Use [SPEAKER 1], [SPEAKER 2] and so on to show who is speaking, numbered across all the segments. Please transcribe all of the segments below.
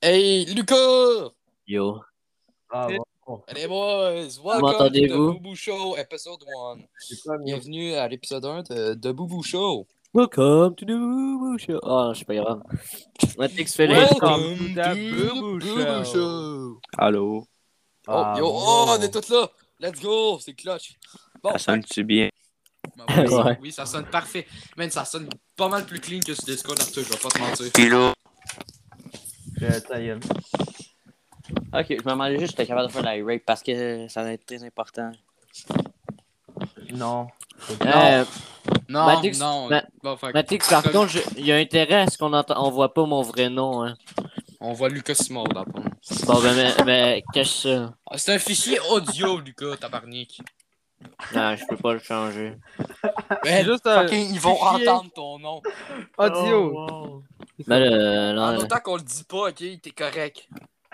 [SPEAKER 1] Hey Lucas!
[SPEAKER 2] Yo,
[SPEAKER 3] Ah,
[SPEAKER 1] Eh.
[SPEAKER 3] bon, bon,
[SPEAKER 1] Allez boys!
[SPEAKER 2] Comment
[SPEAKER 1] Welcome to the
[SPEAKER 2] entendez-vous?
[SPEAKER 1] Boubou Show episode 1.
[SPEAKER 3] j'ai pas mis-
[SPEAKER 1] Bienvenue à l'épisode 1 de, de Boubou Show.
[SPEAKER 2] welcome to the Boubou Show. Oh, je suis pas grave. Matrix fait les
[SPEAKER 1] Welcome
[SPEAKER 4] to the Boubou Show.
[SPEAKER 1] Show.
[SPEAKER 5] Allô,
[SPEAKER 1] Oh,
[SPEAKER 3] Ah,
[SPEAKER 1] yo,
[SPEAKER 3] bon.
[SPEAKER 1] oh, on est tous là! Let's go! C'est clutch! Bon,
[SPEAKER 5] ça sonne-tu bien?
[SPEAKER 1] bah oui,
[SPEAKER 2] Ouais.
[SPEAKER 1] c'est- oui, ça sonne parfait. Man, ça sonne pas mal plus clean que sur Discord, Arthur, je vais pas te mentir.
[SPEAKER 5] Kilo.
[SPEAKER 3] Euh, ta gueule.
[SPEAKER 2] Ok, je me demandais juste si j'étais capable de faire la rape parce que ça va être très important.
[SPEAKER 3] Non.
[SPEAKER 2] Euh,
[SPEAKER 1] Non,
[SPEAKER 2] Matrix-
[SPEAKER 1] non.
[SPEAKER 2] Ma-
[SPEAKER 1] Bon, fait que
[SPEAKER 2] Matrix, par contre, je- il y a intérêt à ce qu'on entend. On voit pas mon vrai nom. Hein.
[SPEAKER 1] on voit Lucas Simon d'abord.
[SPEAKER 2] Bon, ben, mais, mais cache ça.
[SPEAKER 1] Ah, C'est un fichier audio, Lucas, tabarnak.
[SPEAKER 2] Non, je peux pas le changer.
[SPEAKER 4] Ah, C'est
[SPEAKER 1] Ben,
[SPEAKER 4] juste un
[SPEAKER 1] fucking, ils vont
[SPEAKER 4] fichier
[SPEAKER 1] entendre ton nom.
[SPEAKER 3] Oh,
[SPEAKER 4] audio.
[SPEAKER 2] Mais là,
[SPEAKER 1] En
[SPEAKER 2] Ben, non,
[SPEAKER 1] Ah, autant qu'on le dit pas, ok, t'es correct.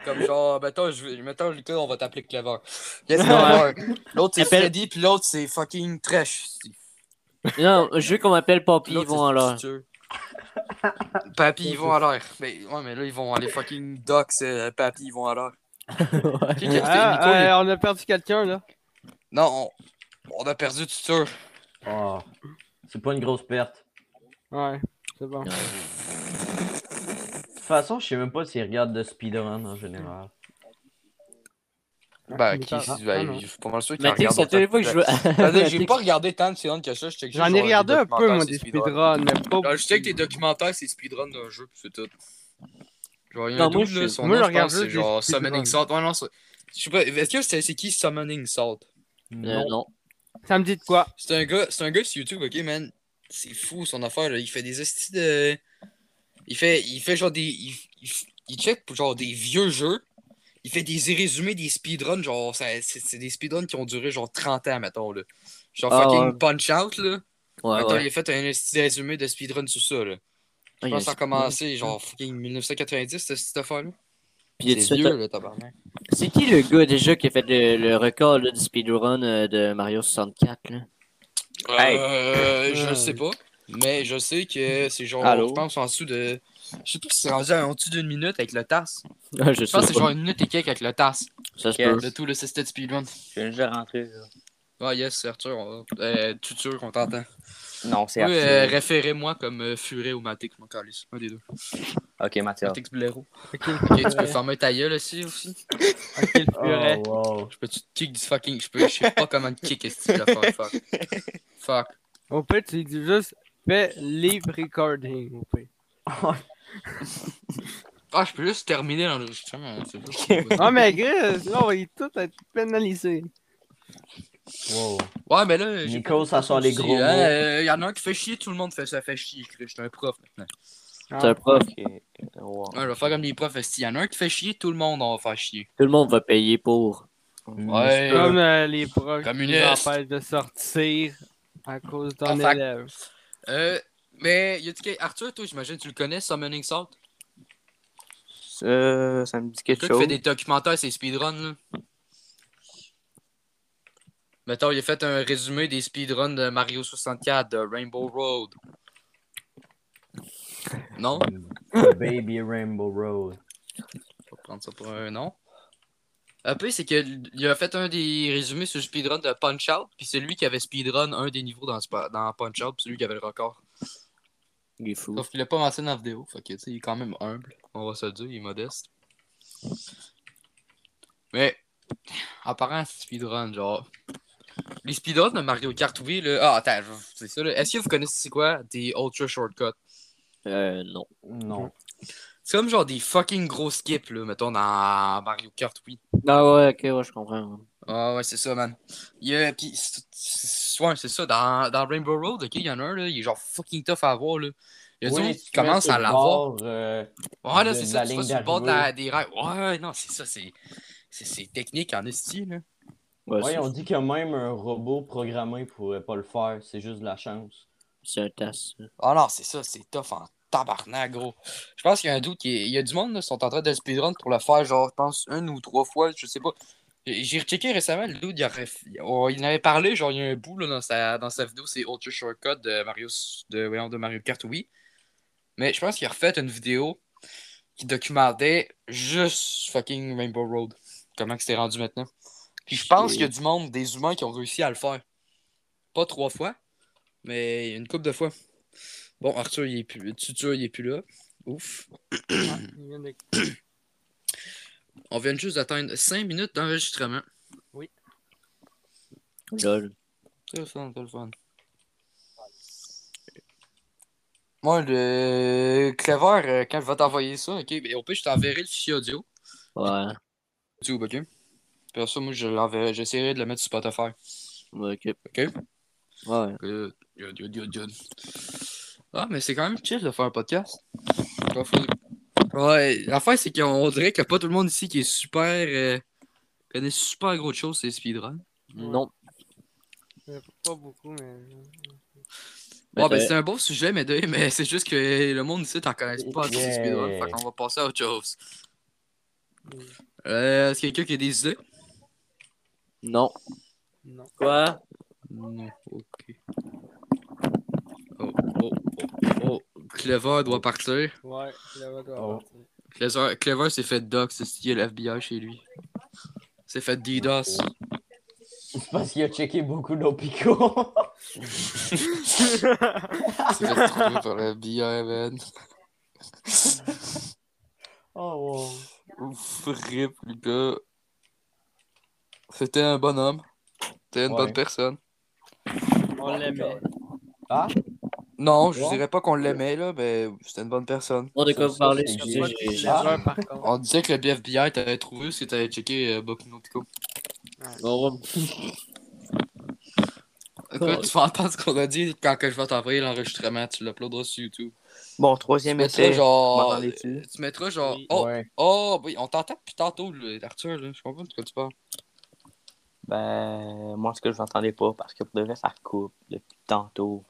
[SPEAKER 1] Comme genre, mettons, je, vais- mettons Lucas, on va t'appeler Clever. Yes, Clever. L'autre c'est
[SPEAKER 2] Appelle-
[SPEAKER 1] Freddy, puis l'autre c'est fucking Trash.
[SPEAKER 2] non, je veux qu'on m'appelle Poppy
[SPEAKER 1] Puis l'autre,
[SPEAKER 2] Yvon
[SPEAKER 1] c'est
[SPEAKER 2] alors.
[SPEAKER 1] Stitcher. Papy, ils vont à l'heure. Mais ouais, mais là, ils vont aller fucking docs, euh, papy, ils vont à l'heure. Qui qui a écouté Nico,
[SPEAKER 4] Ah,
[SPEAKER 1] il-
[SPEAKER 4] ouais, on a perdu quelqu'un là.
[SPEAKER 1] Non, on, on a perdu Tutor.
[SPEAKER 3] Ah, C'est pas une grosse perte.
[SPEAKER 4] Ouais, c'est bon.
[SPEAKER 3] De toute façon, je sais même pas s'ils regardent de speedrun en général.
[SPEAKER 1] Ben,
[SPEAKER 4] Il est
[SPEAKER 1] qui,
[SPEAKER 4] pas-
[SPEAKER 1] si-
[SPEAKER 4] Ah,
[SPEAKER 1] ben,
[SPEAKER 4] non.
[SPEAKER 1] je suis pas mal sûr qu'il
[SPEAKER 2] Matrix,
[SPEAKER 1] regarde.
[SPEAKER 2] à toutes les fois que je veux.
[SPEAKER 1] Attendez, ben, J'ai
[SPEAKER 2] Matrix-
[SPEAKER 1] pas regardé tant de speedruns que ça. je check juste
[SPEAKER 4] J'en ai
[SPEAKER 1] genre les
[SPEAKER 4] regardé un peu,
[SPEAKER 1] documentaires
[SPEAKER 4] moi,
[SPEAKER 1] sur
[SPEAKER 4] des
[SPEAKER 1] speedrun.
[SPEAKER 4] speedruns, mais pas.
[SPEAKER 1] Genre, Ah, je check tes documentaires, c'est speedrun d'un jeu, pis c'est tout. Genre, il y a
[SPEAKER 2] Non,
[SPEAKER 1] un
[SPEAKER 2] moi,
[SPEAKER 1] dude,
[SPEAKER 2] je-
[SPEAKER 1] là, son
[SPEAKER 4] moi,
[SPEAKER 1] nom,
[SPEAKER 4] je
[SPEAKER 1] je pense,
[SPEAKER 4] regarde
[SPEAKER 1] c'est
[SPEAKER 4] juste des
[SPEAKER 1] genre
[SPEAKER 4] speedruns.
[SPEAKER 1] Summoning Salt. Ouais, non, c'est- je sais pas, est-ce que c'est c'est qui Summoning Salt?
[SPEAKER 2] Euh, non.
[SPEAKER 4] Ça me dit de quoi
[SPEAKER 1] C'est un gars, c'est un gars sur YouTube, ok, man. C'est fou, son affaire, là. Il fait des estis de... Il fait, il fait genre des... Il, il, il check, pour, genre, des vieux jeux. Il fait des résumés des speedruns, genre, ça- c'est c'est des speedruns qui ont duré, genre, 30 ans, mettons, là. Genre,
[SPEAKER 2] Ah,
[SPEAKER 1] fucking
[SPEAKER 2] ouais.
[SPEAKER 1] Punch-Out, là.
[SPEAKER 2] Ouais,
[SPEAKER 1] Attends,
[SPEAKER 2] ouais.
[SPEAKER 1] il a fait un esti résumé de speedrun sur ça, là.
[SPEAKER 2] Ah,
[SPEAKER 1] Je
[SPEAKER 2] il y a-
[SPEAKER 1] pense que ça a commencé genre fucking 1990, cette- cette affaire-là.
[SPEAKER 2] Puis il y a tout de
[SPEAKER 1] C'est
[SPEAKER 2] suite
[SPEAKER 1] vieux, le tabarnak.
[SPEAKER 2] C'est qui le gars déjà qui a fait le, le record là, du speedrun euh, de Mario 64 là? Hey.
[SPEAKER 1] Euh, je
[SPEAKER 4] Euh.
[SPEAKER 1] le sais pas, mais je sais que c'est genre,
[SPEAKER 5] Allô?
[SPEAKER 1] je pense, en dessous de. Je sais pas si c'est rendu en dessous d'une minute avec le TAS.
[SPEAKER 2] Ah, je
[SPEAKER 1] Je
[SPEAKER 2] sais
[SPEAKER 1] pense que c'est
[SPEAKER 2] pas.
[SPEAKER 1] genre une minute et quelques avec le TAS
[SPEAKER 2] Ça se
[SPEAKER 1] euh,
[SPEAKER 2] peut.
[SPEAKER 1] de tout le système de speedrun.
[SPEAKER 2] Je viens déjà rentrer. Là.
[SPEAKER 1] Ah, yes, Arthur, on... euh, tu te sûr qu'on t'entend.
[SPEAKER 2] Non, c'est
[SPEAKER 1] Oui, euh, référez-moi comme euh, Furet ou Matix, mon calice. Un des deux. euh,
[SPEAKER 2] Ok, Mathias.
[SPEAKER 1] Matix Blaireau.
[SPEAKER 4] Ok,
[SPEAKER 1] Ok, tu peux fermer ta gueule aussi. aussi.
[SPEAKER 4] ok, le
[SPEAKER 3] Oh,
[SPEAKER 4] furet.
[SPEAKER 3] wow.
[SPEAKER 1] Je peux tu te kick du fucking. Je peux, je sais pas comment te kick, est-ce que tu vas faire. Fuck. Fuck.
[SPEAKER 4] Au pire, tu dis juste fais live recording. Au pire.
[SPEAKER 1] Ah, je peux juste terminer l'enregistrement. hein, c'est juste-
[SPEAKER 4] Ah, mais Gris, là, on va y tout être pénalisé.
[SPEAKER 3] wow.
[SPEAKER 1] Ouais, mais là. j'ai euh,
[SPEAKER 3] Nico, ça sort les gros
[SPEAKER 1] Il
[SPEAKER 3] mots.
[SPEAKER 1] y en a un qui fait chier, tout le monde fait ça fait chier. Chris, Je suis un prof maintenant.
[SPEAKER 2] Ah, C'est un prof.
[SPEAKER 1] Ouais, je vais faire comme les profs. Il y en a un qui fait chier, tout le monde on va faire chier.
[SPEAKER 2] Tout le monde va payer pour.
[SPEAKER 3] Mm,
[SPEAKER 1] Ouais.
[SPEAKER 4] Comme euh, les profs qui nous
[SPEAKER 1] Communiste.
[SPEAKER 4] empêchent de sortir à cause d'un
[SPEAKER 1] Ah, fact.
[SPEAKER 4] élève.
[SPEAKER 1] Euh, mais y a Arthur, toi, j'imagine, tu le connais, Summoning Salt
[SPEAKER 5] Ça, ça me dit quelque
[SPEAKER 1] Toi qui
[SPEAKER 5] chose.
[SPEAKER 1] fait des documentaires, c'est speedrun, là. Mettons, il a fait un résumé des speedruns de Mario 64, de Rainbow Road. Non
[SPEAKER 3] Baby Rainbow Road.
[SPEAKER 1] Je vais prendre ça pour un nom. Après, c'est qu'il a fait un des résumés sur le speedrun de Punch Out, puis c'est lui qui avait speedrun un des niveaux dans, Spa- dans Punch Out, puis c'est lui qui avait le record.
[SPEAKER 2] Il est fou.
[SPEAKER 1] Sauf qu'il l'a pas mentionné dans la vidéo, fait que, tu sais, il est quand même humble, on va se le dire, il est modeste. Mais, en parlant de speedrun, genre. Les speedruns de Mario Kart Wii, là. Ah, attends, je- c'est ça, là. Est-ce que vous connaissez c'est quoi des Ultra Shortcuts?
[SPEAKER 2] Euh, non.
[SPEAKER 3] Non.
[SPEAKER 1] C'est comme genre des fucking gros skips, là, mettons, dans Mario Kart Wii.
[SPEAKER 2] Ah ouais, ok, ouais, je comprends.
[SPEAKER 1] Ah ouais, c'est ça, man. Il y a, pis, c'est- c'est- ouais, c'est ça, dans, dans Rainbow Road, ok, il y en a un, là, il est genre fucking tough à avoir, là. Il y a du
[SPEAKER 3] Oui,
[SPEAKER 1] monde
[SPEAKER 3] tu
[SPEAKER 1] qui commence
[SPEAKER 3] mets
[SPEAKER 1] à
[SPEAKER 3] sur le
[SPEAKER 1] l'avoir. Bah,
[SPEAKER 3] bord, euh,
[SPEAKER 1] Ouais, là,
[SPEAKER 3] de-
[SPEAKER 1] c'est
[SPEAKER 3] de
[SPEAKER 1] ça,
[SPEAKER 3] la
[SPEAKER 1] tu
[SPEAKER 3] ligne
[SPEAKER 1] vas sur le bord de la-
[SPEAKER 3] d'arrivée.
[SPEAKER 1] des rails. Ouais, non, c'est ça, c'est c'est- c'est technique en esti, là.
[SPEAKER 2] Ouais,
[SPEAKER 3] ouais,
[SPEAKER 2] c'est-
[SPEAKER 3] on dit que même un robot programmé pourrait pas le faire. C'est juste de la chance.
[SPEAKER 2] c'est un tasse. ça.
[SPEAKER 1] Ah non, c'est ça, c'est tough en tabarnak, gros. Je pense qu'il y a un doute, qui est- il y a du monde, là, sont en train de le speedrun pour le faire, genre, je pense, une ou trois fois, je sais pas. J'ai j'ai rechecké récemment, le dude, il, aurait- il- oh, il en avait parlé, genre, il y a un bout, là, dans sa, dans sa vidéo, c'est Ultra Shortcut de Mario, de, voyons, de Mario Kart Wii. Mais je pense qu'il a refait une vidéo qui documentait juste fucking Rainbow Road. Comment que c'était rendu maintenant. Puis je pense qu'il y a du monde, des humains qui ont réussi à le faire. Pas trois fois, mais une couple de fois. Bon, Arthur, il est plus, Tutur, il est plus là. Ouf.
[SPEAKER 4] Il vient de-
[SPEAKER 1] On vient juste d'atteindre 5 minutes d'enregistrement.
[SPEAKER 2] Lol.
[SPEAKER 1] C'est le fun, c'est le fun. Moi, le Clever, euh, quand je vais t'envoyer ça, ok, ben, au pire, je t'enverrai le fichier audio.
[SPEAKER 2] Ouais.
[SPEAKER 1] YouTube, ok? Puis ça, moi, je l'enverrai, j'essaierai de le mettre sur Spotify.
[SPEAKER 2] Ouais, ok.
[SPEAKER 1] Ok.
[SPEAKER 2] Ouais.
[SPEAKER 1] Good, good, good, good, good. Ah, mais c'est quand même chill de faire un podcast. Pas fou. Ouais, l'affaire, c'est qu'on dirait qu'il n'y a pas tout le monde ici qui est super. euh, connaît super gros de choses, c'est speedrun.
[SPEAKER 2] Non.
[SPEAKER 4] il y en a Pas beaucoup, mais.
[SPEAKER 2] Mais
[SPEAKER 1] Ouais, ben,
[SPEAKER 2] t'as-
[SPEAKER 1] c'est un beau sujet, mais, de- mais c'est juste que le monde ici, t'en connais pas assez
[SPEAKER 3] Yeah.
[SPEAKER 1] speedrun. Fait qu'on va passer à autre chose.
[SPEAKER 4] Mm.
[SPEAKER 1] Euh, est-ce qu'il y a quelqu'un qui a des idées?
[SPEAKER 2] Non.
[SPEAKER 4] Non.
[SPEAKER 2] Quoi?
[SPEAKER 1] Non, ok. Oh, oh, oh, oh. Clever doit partir.
[SPEAKER 4] Ouais, là-bas, doit
[SPEAKER 3] Oh.
[SPEAKER 4] partir.
[SPEAKER 1] Clever, Clever s'est fait doc, c'est ce qu'il y a l'FBI chez lui. S'est fait DDoS.
[SPEAKER 3] C'est parce qu'il a checké beaucoup d'Opico.
[SPEAKER 1] S'est fait trouver par l'FBI, man.
[SPEAKER 3] oh, wow.
[SPEAKER 1] Ouf, rip, le gars. C'était un bonhomme. C'était une
[SPEAKER 3] Ouais.
[SPEAKER 1] bonne personne.
[SPEAKER 4] On l'aimait.
[SPEAKER 3] Ah,
[SPEAKER 1] Non, je
[SPEAKER 3] Ouais.
[SPEAKER 1] dirais pas qu'on l'aimait, là, mais c'était une bonne personne.
[SPEAKER 2] Non, de quoi
[SPEAKER 3] Ça,
[SPEAKER 2] vous
[SPEAKER 3] ça,
[SPEAKER 2] parlez?
[SPEAKER 3] c'est
[SPEAKER 4] Il
[SPEAKER 2] excusez,
[SPEAKER 4] y a
[SPEAKER 3] gay.
[SPEAKER 4] pas de
[SPEAKER 2] j'ai- j'ai-
[SPEAKER 3] Ah.
[SPEAKER 4] leader, par contre.
[SPEAKER 1] On disait que le FBI t'avait trouvé parce que t'avais checké euh, Bokuno Pico.
[SPEAKER 2] Bon, bon.
[SPEAKER 1] Écoute, tu vas entendre ce qu'on a dit quand que je vais t'envoyer l'enregistrement, tu l'uploaderas sur YouTube.
[SPEAKER 5] Bon,
[SPEAKER 1] Tu
[SPEAKER 5] troisième
[SPEAKER 1] mettras
[SPEAKER 5] essai.
[SPEAKER 1] genre.
[SPEAKER 5] M'entendez-tu?
[SPEAKER 1] Tu mettras genre.
[SPEAKER 4] Oui.
[SPEAKER 1] Oh,
[SPEAKER 3] ouais.
[SPEAKER 1] oh, oui, on t'entend depuis tantôt, là, Arthur, là. Je comprends pas de quoi tu parles.
[SPEAKER 5] Ben, moi, ce que je n'entendais pas, parce que pour de vrai, ça coupe depuis tantôt.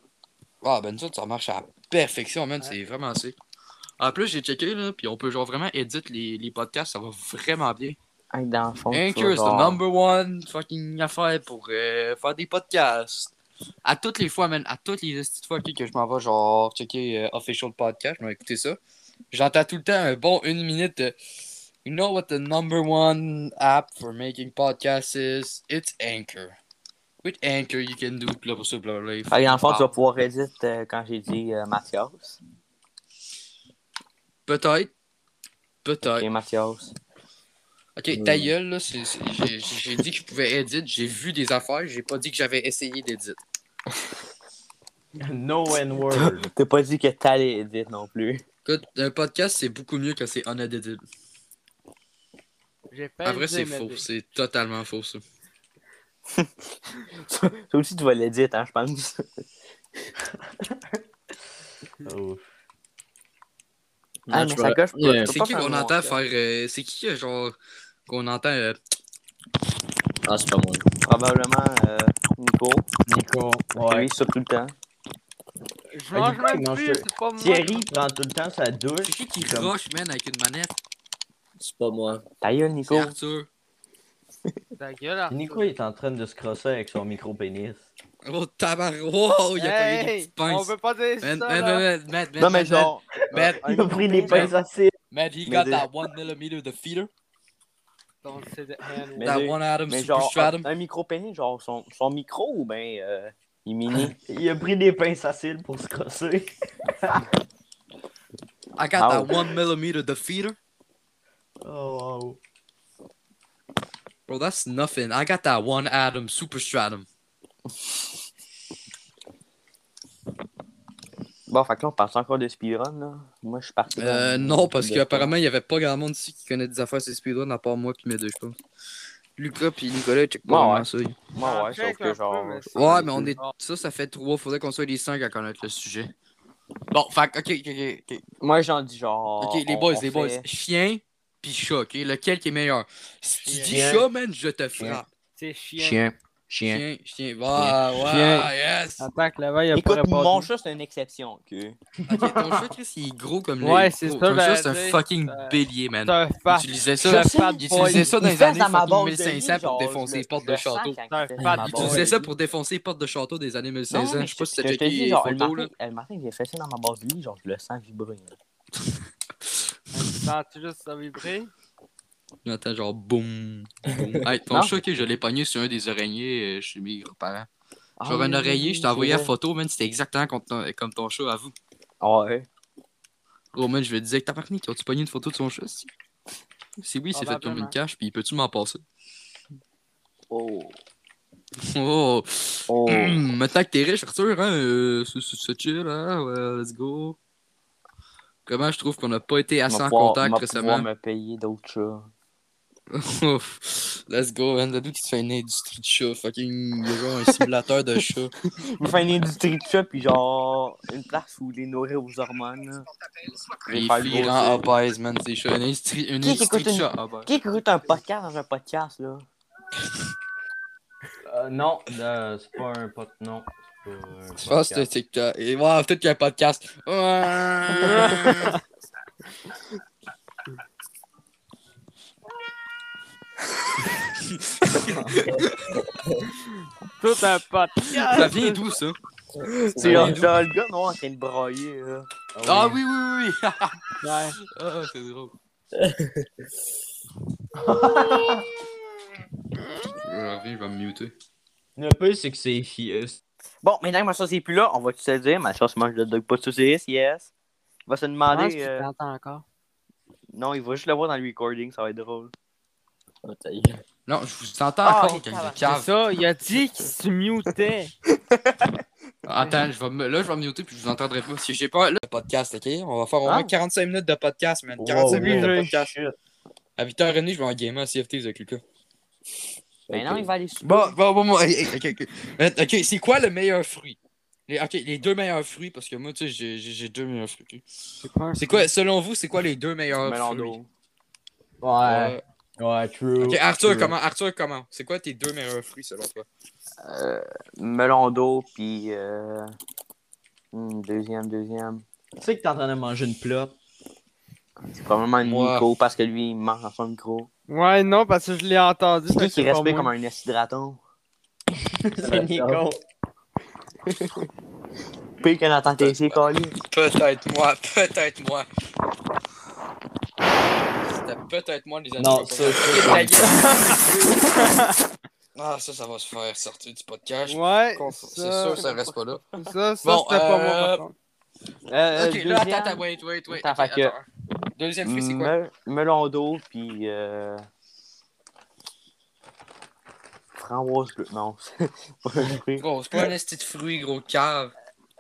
[SPEAKER 1] Ah, ben, ça, ça marche à la perfection, man. C'est vraiment sick. En plus, j'ai checké, là, puis on peut genre vraiment éditer les, les podcasts, ça va vraiment bien.
[SPEAKER 5] Hey, dans le fond, tu
[SPEAKER 1] Anchor
[SPEAKER 5] vas
[SPEAKER 1] is the
[SPEAKER 5] genre-
[SPEAKER 1] number one fucking affaire pour euh, faire des podcasts. À toutes les fois, man, à toutes les petites fois ok, que je m'en vais, genre, checker euh, Official Podcast, je vais écouter ça. J'entends tout le temps un bon une minute de You know what the number one app for making podcasts is? It's Anchor. With Anchor, you can do blah, blah, blah, blah, blah.
[SPEAKER 5] Fait que dans le fond,
[SPEAKER 1] Ah.
[SPEAKER 5] tu vas pouvoir éditer euh, quand j'ai dit euh, Mathias.
[SPEAKER 1] Peut-être. Peut-être.
[SPEAKER 5] Et Mathias.
[SPEAKER 1] Ok, ta gueule, là, c'est- c'est- j'ai- j'ai dit que je pouvais edit, j'ai vu des affaires, j'ai pas dit que j'avais essayé d'édit.
[SPEAKER 3] No N-word.
[SPEAKER 5] T'as pas dit que t'allais éditer non plus.
[SPEAKER 1] Écoute, un podcast, c'est beaucoup mieux que c'est unedited.
[SPEAKER 4] J'ai
[SPEAKER 1] En vrai,
[SPEAKER 4] perdu
[SPEAKER 1] c'est
[SPEAKER 4] mes
[SPEAKER 1] faux.
[SPEAKER 4] dés.
[SPEAKER 1] C'est totalement faux, ça.
[SPEAKER 5] Toi aussi, tu vas l'éditer, hein, je pense.
[SPEAKER 3] Oh.
[SPEAKER 2] Non,
[SPEAKER 5] Ah, mais
[SPEAKER 2] je
[SPEAKER 5] ça
[SPEAKER 2] vais-
[SPEAKER 5] coche pas.
[SPEAKER 2] Yeah.
[SPEAKER 5] Faut
[SPEAKER 1] C'est qui
[SPEAKER 5] faire
[SPEAKER 1] qu'on
[SPEAKER 5] mon
[SPEAKER 1] entend
[SPEAKER 5] cas.
[SPEAKER 1] faire... euh, c'est qui, euh, genre, qu'on entend... euh,
[SPEAKER 2] Ah, c'est pas moi.
[SPEAKER 5] Probablement euh, Nico.
[SPEAKER 3] Nico. Ouais.
[SPEAKER 5] Lui, ça tout le temps.
[SPEAKER 4] Je mange même
[SPEAKER 3] Non, je-
[SPEAKER 4] plus, c'est pas moi.
[SPEAKER 3] Thierry prend tout le temps sa douche.
[SPEAKER 1] C'est qui qui
[SPEAKER 3] Comme-
[SPEAKER 1] rush, man, avec une manette?
[SPEAKER 2] C'est pas moi.
[SPEAKER 5] Ta gueule,
[SPEAKER 1] C'est
[SPEAKER 5] Nico.
[SPEAKER 1] Arthur.
[SPEAKER 4] Ta gueule, hein. Arthur.
[SPEAKER 3] Nico il est en train de se crosser avec son micro-pénis.
[SPEAKER 1] Oh, tabar... Wow, il a pas
[SPEAKER 4] Hey,
[SPEAKER 1] des
[SPEAKER 4] hey,
[SPEAKER 1] petites
[SPEAKER 4] on
[SPEAKER 1] pinces.
[SPEAKER 4] peut pas dire ça.
[SPEAKER 1] Man,
[SPEAKER 4] là.
[SPEAKER 1] man, man, man, man,
[SPEAKER 5] Non, mais
[SPEAKER 1] man,
[SPEAKER 5] genre. euh,
[SPEAKER 1] man,
[SPEAKER 3] Ah,
[SPEAKER 1] man,
[SPEAKER 5] Il a pris des
[SPEAKER 1] ben,
[SPEAKER 5] pinces acides.
[SPEAKER 1] man, he
[SPEAKER 5] Mais
[SPEAKER 1] got
[SPEAKER 5] des-
[SPEAKER 1] that one millimeter de feeder.
[SPEAKER 4] Donc, c'est de- man,
[SPEAKER 5] Mais-
[SPEAKER 1] That
[SPEAKER 5] des-
[SPEAKER 1] one atom
[SPEAKER 5] Mais
[SPEAKER 1] super
[SPEAKER 5] genre,
[SPEAKER 1] stratum.
[SPEAKER 5] un, un micro-pénis, genre son, son micro ou ben. Euh, il est mini.
[SPEAKER 3] Il a pris des pinces à cils pour se crosser.
[SPEAKER 1] I got that
[SPEAKER 5] Ow.
[SPEAKER 1] one millimeter de feeder.
[SPEAKER 3] Oh wow.
[SPEAKER 1] Bro, that's nothing. I got that one atom super stratum.
[SPEAKER 5] Bon, fait que là, on parle encore de speedrun, là. Moi, je suis parti.
[SPEAKER 1] Euh, non, parce qu'apparemment, il n'y avait pas grand monde ici qui connaît des affaires sur Speedrun, à part moi puis mes deux, je pense. Lucas puis Nicolas, check pas
[SPEAKER 5] Ouais,
[SPEAKER 1] vraiment
[SPEAKER 5] ouais.
[SPEAKER 1] ça. ils-
[SPEAKER 5] Moi, ouais,
[SPEAKER 4] Ah, check
[SPEAKER 5] sauf
[SPEAKER 4] un peu,
[SPEAKER 5] que genre.
[SPEAKER 4] mais
[SPEAKER 5] je-
[SPEAKER 1] Ouais, mais on
[SPEAKER 4] plus.
[SPEAKER 1] est. Ça, ça fait trois. Faudrait qu'on soit les cinq à connaître le sujet. Bon, fait que, ok, ok, ok.
[SPEAKER 5] Moi, j'en dis genre.
[SPEAKER 1] Ok, les
[SPEAKER 5] on-
[SPEAKER 1] boys, les
[SPEAKER 5] on fait-
[SPEAKER 1] boys. Chien puis chat, ok? Lequel qui est meilleur? Si tu dis
[SPEAKER 3] Chien.
[SPEAKER 1] chat, man, je te frappe.
[SPEAKER 4] C'est chiant.
[SPEAKER 3] Chien. Chien.
[SPEAKER 1] Chien, chien. Waouh,
[SPEAKER 4] Chien.
[SPEAKER 1] waouh, yes!
[SPEAKER 4] Attends, que là-bas, il a pas
[SPEAKER 5] Écoute,
[SPEAKER 4] répondu.
[SPEAKER 5] mon chat, c'est une exception, ok?
[SPEAKER 1] Ok, ton chat, Chris, il est gros comme le.
[SPEAKER 4] Ouais, c'est ça,
[SPEAKER 1] Ton chat,
[SPEAKER 4] j'allais
[SPEAKER 1] c'est un
[SPEAKER 4] dire.
[SPEAKER 1] fucking
[SPEAKER 4] Euh,
[SPEAKER 1] bélier,
[SPEAKER 4] C'est
[SPEAKER 1] man.
[SPEAKER 4] un fat.
[SPEAKER 1] Utilisais
[SPEAKER 4] C'est un
[SPEAKER 1] ça.
[SPEAKER 4] fat
[SPEAKER 1] Il
[SPEAKER 4] boy.
[SPEAKER 1] utilisait ça dans
[SPEAKER 5] Il
[SPEAKER 1] les
[SPEAKER 5] fait
[SPEAKER 1] années
[SPEAKER 5] à ma
[SPEAKER 1] fucking
[SPEAKER 5] base de
[SPEAKER 1] 1500
[SPEAKER 5] vie,
[SPEAKER 1] pour
[SPEAKER 5] genre,
[SPEAKER 1] défoncer
[SPEAKER 5] je le-
[SPEAKER 1] les portes
[SPEAKER 5] je
[SPEAKER 1] de
[SPEAKER 5] le sens
[SPEAKER 1] château.
[SPEAKER 5] quand il
[SPEAKER 4] Ouais, pas
[SPEAKER 5] fait à
[SPEAKER 1] Il
[SPEAKER 5] ma
[SPEAKER 4] du
[SPEAKER 5] base.
[SPEAKER 4] tout,
[SPEAKER 1] utilisait ça pour défoncer les portes de château des années
[SPEAKER 5] Non,
[SPEAKER 1] 1500.
[SPEAKER 5] mais
[SPEAKER 1] Je sais pas si
[SPEAKER 5] je
[SPEAKER 1] t'as
[SPEAKER 5] te
[SPEAKER 1] checké
[SPEAKER 5] dis,
[SPEAKER 1] les
[SPEAKER 5] genre, le
[SPEAKER 1] photos, là.
[SPEAKER 5] matin, le matin, j'ai fait ça dans ma base de vie, genre, je le sens vibrer. là.
[SPEAKER 4] Sens-tu juste ça vibrer?
[SPEAKER 1] J'entends genre boum. boum. hey, ton
[SPEAKER 5] Non.
[SPEAKER 1] chat, ok, je l'ai pogné sur un des oreillers euh, chez mes grands-parents.
[SPEAKER 5] Ah
[SPEAKER 1] Genre un
[SPEAKER 5] oui,
[SPEAKER 1] oreiller, je t'ai
[SPEAKER 5] c'est
[SPEAKER 1] envoyé la
[SPEAKER 5] vrai.
[SPEAKER 1] photo, man, c'était exactement comme ton, comme ton chat à vous.
[SPEAKER 5] Ouais.
[SPEAKER 1] Oh man, je lui disais que t'as parmi, tu pogné une photo de son chat? Si, si oui, il s'est fait comme une
[SPEAKER 4] Probablement.
[SPEAKER 1] cache, puis peux-tu m'en passer?
[SPEAKER 5] Oh.
[SPEAKER 1] Oh!
[SPEAKER 5] Oh.
[SPEAKER 1] Hum, maintenant que t'es riche, Arthur, hein, euh, c'est- c'est c'est chill, hein, ouais, let's go. Comment je trouve qu'on n'a pas été assez en contact récemment?
[SPEAKER 5] me payer d'autres chats.
[SPEAKER 1] Ouf. Let's go, man. D'où qui se fait une industrie de chat? Fucking, il y a genre un simulateur de chat.
[SPEAKER 5] Vous faire une industrie de chats, puis genre une place où les nourrir aux hormones. là.
[SPEAKER 1] Les
[SPEAKER 5] Faire le
[SPEAKER 1] filles
[SPEAKER 5] gros,
[SPEAKER 1] en
[SPEAKER 5] c'est-
[SPEAKER 1] obèse, man, ces chats. Une industrie, une
[SPEAKER 5] Qui
[SPEAKER 1] industrie
[SPEAKER 5] écoute
[SPEAKER 1] de
[SPEAKER 5] une-
[SPEAKER 1] chat obèse.
[SPEAKER 5] Qui écoute un podcast dans un podcast, là?
[SPEAKER 3] Euh, non, là, c'est pas un pote. Non, c'est pas un
[SPEAKER 1] Je pense que Ah, c'est un
[SPEAKER 3] podcast.
[SPEAKER 1] TikTok. Et wow, peut-être qu'il y a un podcast. Ouais.
[SPEAKER 4] Tout un pote.
[SPEAKER 1] ça vient d'où, ça?
[SPEAKER 5] C'est
[SPEAKER 1] genre-
[SPEAKER 5] genre, le gars noir en train de broyer, là.
[SPEAKER 1] Ah oui, oui, oui, oui.
[SPEAKER 4] Ouais.
[SPEAKER 1] Ah, c'est drôle. Je reviens, je vais me muter.
[SPEAKER 3] Ah, Le peu, c'est que c'est efficace.
[SPEAKER 5] Bon, maintenant que ma sauce est plus là, on va tout se le dire. Ma sauce mange le dog pas de saucisse, yes. Il va se demander.
[SPEAKER 4] tu
[SPEAKER 5] euh,
[SPEAKER 4] t'entends encore?
[SPEAKER 5] Non, il va juste le voir dans le recording, ça va être drôle.
[SPEAKER 2] Oh, ta
[SPEAKER 5] Ben
[SPEAKER 2] gueule.
[SPEAKER 1] Non, je vous entends
[SPEAKER 5] Ah,
[SPEAKER 1] encore,
[SPEAKER 5] les
[SPEAKER 1] gang
[SPEAKER 5] caves.
[SPEAKER 1] de
[SPEAKER 4] C'est
[SPEAKER 1] caves.
[SPEAKER 4] ça, il a dit qu'il se mutait.
[SPEAKER 1] Attends, je vais me... là, je vais me muter puis je vous entendrai pas. Si j'ai pas le podcast, ok? On va faire au moins
[SPEAKER 5] Ah.
[SPEAKER 1] 45 minutes de podcast, man.
[SPEAKER 3] Wow,
[SPEAKER 1] 45 minutes de
[SPEAKER 4] oui.
[SPEAKER 1] podcast. À 8h30, je vais en gamer à CFT avec Lucas. Ben
[SPEAKER 5] Mais non, il va aller sous.
[SPEAKER 1] Bon, bon, bon, bon. hey, hey, Ok, ok. Euh, ok, c'est quoi le meilleur fruit? Les, ok, les deux meilleurs fruits, parce que moi, tu sais, j'ai- j'ai j'ai deux meilleurs fruits. ok?
[SPEAKER 4] C'est quoi?
[SPEAKER 1] C'est quoi, selon vous, c'est quoi les deux meilleurs
[SPEAKER 5] Melon
[SPEAKER 1] fruits?
[SPEAKER 5] d'eau.
[SPEAKER 3] Ouais,
[SPEAKER 1] Ouais.
[SPEAKER 3] ouais, ah. true.
[SPEAKER 1] Ok, Arthur,
[SPEAKER 3] true.
[SPEAKER 1] comment? Arthur, comment? C'est quoi tes deux meilleurs fruits, selon toi?
[SPEAKER 5] Euh, melon d'eau, puis. Euh... hmm, deuxième, deuxième.
[SPEAKER 3] Tu sais que t'es en train de manger une plotte.
[SPEAKER 5] C'est probablement une
[SPEAKER 1] Moi.
[SPEAKER 5] micro, parce que lui, il mange dans son micro.
[SPEAKER 4] Ouais, non, parce que je l'ai entendu.
[SPEAKER 5] C'est
[SPEAKER 4] fait
[SPEAKER 5] lui
[SPEAKER 4] que
[SPEAKER 5] qui
[SPEAKER 4] pas moi.
[SPEAKER 5] respire comme un acidraton.
[SPEAKER 3] C'est Nico.
[SPEAKER 5] Pire qu'un entend tes essais,
[SPEAKER 1] Peut-être moi, peut-être moi. C'était peut-être moi les années.
[SPEAKER 3] Non, ça, ça,
[SPEAKER 1] Ah, ça, ça va se faire sortir du podcast.
[SPEAKER 4] Ouais,
[SPEAKER 1] C'est
[SPEAKER 4] ça-
[SPEAKER 1] sûr, ça reste pas là.
[SPEAKER 4] Ça, ça,
[SPEAKER 1] Bon,
[SPEAKER 4] c'était pas moi,
[SPEAKER 1] euh,
[SPEAKER 4] par contre.
[SPEAKER 5] Euh,
[SPEAKER 1] ok,
[SPEAKER 5] euh,
[SPEAKER 1] là,
[SPEAKER 5] deuxième,
[SPEAKER 1] attends, attends, wait, wait, wait.
[SPEAKER 5] Attends,
[SPEAKER 1] ok,
[SPEAKER 5] fait que-
[SPEAKER 1] attends. Deuxième fruit, c'est quoi?
[SPEAKER 5] me- melon d'eau, puis. Euh... Framboise bleue. Non, c'est pas un fruit.
[SPEAKER 1] Gros, c'est pas un esti de fruit, gros cave.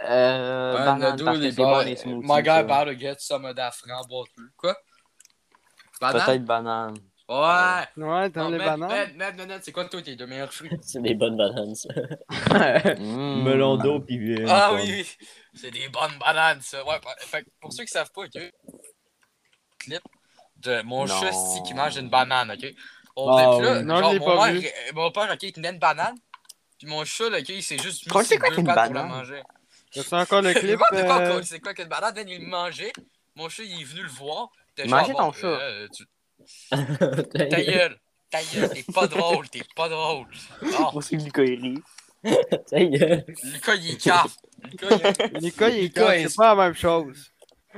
[SPEAKER 5] Euh.
[SPEAKER 1] Un
[SPEAKER 5] banane,
[SPEAKER 1] ado,
[SPEAKER 5] parce que
[SPEAKER 1] les
[SPEAKER 5] c'est bon,
[SPEAKER 1] boys.
[SPEAKER 5] les smoothies.
[SPEAKER 1] My guy
[SPEAKER 5] ça.
[SPEAKER 1] about to get some of that framboise bleue. Quoi? Banane?
[SPEAKER 5] Peut-être banane.
[SPEAKER 1] Ouais!
[SPEAKER 4] Ouais, t'aimes
[SPEAKER 1] Non,
[SPEAKER 4] les
[SPEAKER 1] même-
[SPEAKER 4] bananes?
[SPEAKER 1] même- même, non, non, c'est quoi toi tes deux meilleurs fruits?
[SPEAKER 2] C'est des bonnes bananes, ça.
[SPEAKER 5] Mm.
[SPEAKER 3] Melon d'eau pis une
[SPEAKER 1] Ah
[SPEAKER 3] pomme.
[SPEAKER 1] oui, oui, c'est des bonnes bananes, ça. Ouais, pa- fait que pour ceux qui savent pas, ok, clip de mon
[SPEAKER 5] Non.
[SPEAKER 1] chat ici qui mange une banane, ok. On
[SPEAKER 3] Ah
[SPEAKER 1] clip là,
[SPEAKER 4] oui. Non, je
[SPEAKER 1] genre,
[SPEAKER 4] l'ai
[SPEAKER 1] mon,
[SPEAKER 4] pas
[SPEAKER 1] père,
[SPEAKER 4] vu.
[SPEAKER 1] euh, mon père, ok, il tenait une banane, puis mon chat, là, ok, il s'est juste mis
[SPEAKER 5] Quoi, c'est
[SPEAKER 1] ses
[SPEAKER 5] quoi
[SPEAKER 1] deux
[SPEAKER 5] qu'une
[SPEAKER 1] pattes pour la
[SPEAKER 5] banane?
[SPEAKER 1] manger.
[SPEAKER 4] T'as-tu encore le
[SPEAKER 1] C'est
[SPEAKER 4] clip?
[SPEAKER 1] quoi, c'est quoi,
[SPEAKER 4] euh,
[SPEAKER 1] quoi, c'est quoi qu'une banane? Ben, il le mangeait, mon chat, il est venu le voir. t'es
[SPEAKER 5] Mangez ton chat.
[SPEAKER 1] euh, tu-
[SPEAKER 2] Ta
[SPEAKER 1] Ta
[SPEAKER 2] gueule,
[SPEAKER 1] gueule, ta gueule, t'es pas drôle, t'es pas drôle. Non,
[SPEAKER 5] Moi, c'est Lucas il rit.
[SPEAKER 2] ta gueule.
[SPEAKER 1] Lucas, il est cave. Lucas, il est
[SPEAKER 4] Nicolas, il est
[SPEAKER 1] Nicolas
[SPEAKER 4] con,
[SPEAKER 1] est-
[SPEAKER 4] c'est pas la même chose.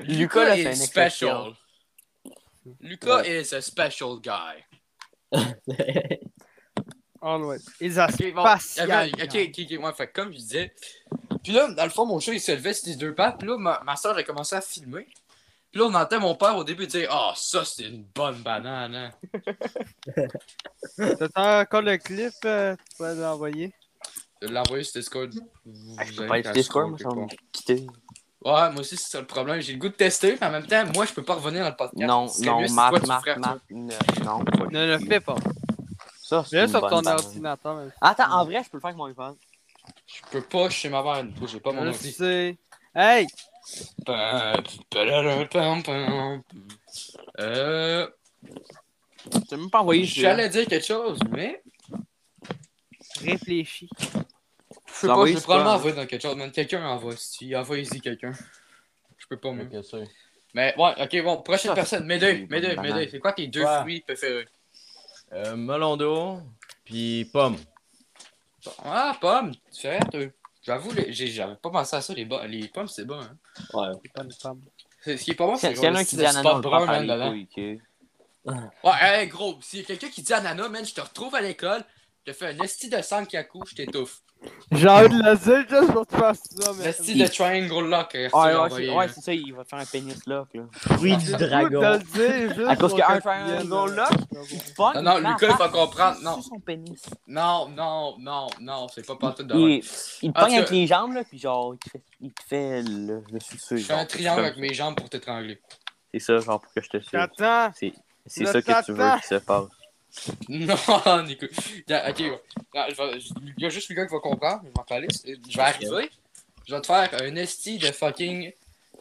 [SPEAKER 5] Lucas, là, c'est une exception.
[SPEAKER 1] special. Luca is a special guy.
[SPEAKER 4] Always. Ils a
[SPEAKER 1] Ok, bon,
[SPEAKER 4] spatial.
[SPEAKER 1] ok, ok, ok, ouais, fait que comme je disais. Puis là, dans le fond, mon chat, il se levait sur les deux pattes. Puis là, ma, ma soeur a commencé à filmer. Puis là, on entend mon père au début dire Ah, ça, c'est une bonne banane. hein.
[SPEAKER 4] T'as-tu encore le clip? euh, Tu peux l'envoyer?
[SPEAKER 1] Je l'ai envoyé sur Discord. Vous-
[SPEAKER 5] Ah, Je
[SPEAKER 1] vous
[SPEAKER 5] peux pas
[SPEAKER 1] invite à
[SPEAKER 5] être Discord, moi,
[SPEAKER 1] Discord,
[SPEAKER 5] ça va me
[SPEAKER 1] quelque
[SPEAKER 5] quitter.
[SPEAKER 1] part. Ouais, moi aussi, c'est ça le problème. J'ai le goût de tester, mais en même temps, moi, je peux pas revenir dans le podcast.
[SPEAKER 5] Non,
[SPEAKER 1] Ce serait mieux
[SPEAKER 5] non,
[SPEAKER 1] si
[SPEAKER 5] Marc,
[SPEAKER 1] toi, tu
[SPEAKER 5] Marc,
[SPEAKER 1] ferais-
[SPEAKER 5] Marc. ne- Non, pas lui.
[SPEAKER 4] Ne le fais pas.
[SPEAKER 5] Ça, c'est
[SPEAKER 4] Mets-le
[SPEAKER 5] une
[SPEAKER 4] sur
[SPEAKER 5] bonne
[SPEAKER 4] ton
[SPEAKER 5] banane.
[SPEAKER 4] ordinateur. même.
[SPEAKER 5] Attends, en vrai, je peux le faire avec mon iPhone.
[SPEAKER 1] Je peux pas chez ma mère. du coup, J'ai pas mon
[SPEAKER 4] Je
[SPEAKER 1] ordi.
[SPEAKER 4] sais. Hey!
[SPEAKER 1] Euh.
[SPEAKER 5] Tu même pas envoyé
[SPEAKER 1] J'allais dire quelque chose, mais.
[SPEAKER 4] Réfléchis.
[SPEAKER 1] Je peux pas, j'ai probablement envoyé dans quelque chose. Man, quelqu'un envoie. Si, envoie-y quelqu'un. Je peux pas, moi.
[SPEAKER 3] Ok, ça.
[SPEAKER 1] Mais ouais, ok, bon, prochaine
[SPEAKER 5] Ça,
[SPEAKER 1] personne. Mes deux,
[SPEAKER 5] c'est
[SPEAKER 1] mes deux, mes
[SPEAKER 5] banal.
[SPEAKER 1] deux. C'est quoi tes deux
[SPEAKER 3] Ouais.
[SPEAKER 1] fruits préférés?
[SPEAKER 3] Euh, melon d'eau pis pomme.
[SPEAKER 1] Ah, pommes, tu fais, toi. J'avoue, les- j'ai- j'avais pas pensé à ça. Les, bo- les pommes, c'est bon. Hein.
[SPEAKER 2] Ouais.
[SPEAKER 4] C'est pas une femme.
[SPEAKER 1] Ce qui est pas bon, c'est
[SPEAKER 5] S'il y en a un qui dit ananas, on
[SPEAKER 1] spot
[SPEAKER 5] le
[SPEAKER 1] brun,
[SPEAKER 5] prend par
[SPEAKER 1] man,
[SPEAKER 5] les
[SPEAKER 1] dedans.
[SPEAKER 5] couilles, ok.
[SPEAKER 1] Ouais, hey, gros, s'il y a quelqu'un qui dit ananas, man, je te retrouve à l'école, je te fais un esti de sankaku, je t'étouffe.
[SPEAKER 4] J'ai envie de la dire juste pour te faire ça,
[SPEAKER 1] Un
[SPEAKER 4] mais.
[SPEAKER 1] esti de triangle lock. euh,
[SPEAKER 5] Ouais,
[SPEAKER 1] c'est
[SPEAKER 5] Ah, ouais,
[SPEAKER 1] envoyé,
[SPEAKER 5] c'est- ouais,
[SPEAKER 1] là.
[SPEAKER 5] c'est ça, il va te faire un pénis lock, là.
[SPEAKER 6] Fruit
[SPEAKER 4] J'ai
[SPEAKER 6] du
[SPEAKER 4] le goût
[SPEAKER 6] dragon.
[SPEAKER 4] de le dire juste
[SPEAKER 5] À cause
[SPEAKER 4] pour
[SPEAKER 5] qu'il y a
[SPEAKER 4] que
[SPEAKER 5] un
[SPEAKER 4] tu viennes, euh,
[SPEAKER 5] triangle
[SPEAKER 4] là.
[SPEAKER 5] lock, il pogne,
[SPEAKER 1] Non, non,
[SPEAKER 5] il prend
[SPEAKER 1] Lucas, il
[SPEAKER 5] en
[SPEAKER 1] faut
[SPEAKER 5] face,
[SPEAKER 1] comprendre,
[SPEAKER 5] il
[SPEAKER 1] non.
[SPEAKER 5] suce son pénis.
[SPEAKER 1] Non, non, non, non, c'est pas partout de
[SPEAKER 5] Il, il te
[SPEAKER 1] Ah,
[SPEAKER 5] pogne
[SPEAKER 1] tu-
[SPEAKER 5] avec les jambes, là, puis genre, il te fait, il te fait le, le sucer,
[SPEAKER 1] Je fais un
[SPEAKER 5] genre.
[SPEAKER 1] triangle avec mes jambes pour t'étrangler.
[SPEAKER 5] C'est ça, genre, pour que je te suce.
[SPEAKER 4] J'attends.
[SPEAKER 5] C'est c'est
[SPEAKER 4] Le
[SPEAKER 5] ça que tu veux
[SPEAKER 4] tata.
[SPEAKER 5] qu'il se passe.
[SPEAKER 1] Non, Nico. Tiens, Ok, ouais. Non, je vais- je- Il y a juste Lucas qui va comprendre, je m'en calisse. Euh, Je vais arriver, je vais te faire un esti de fucking.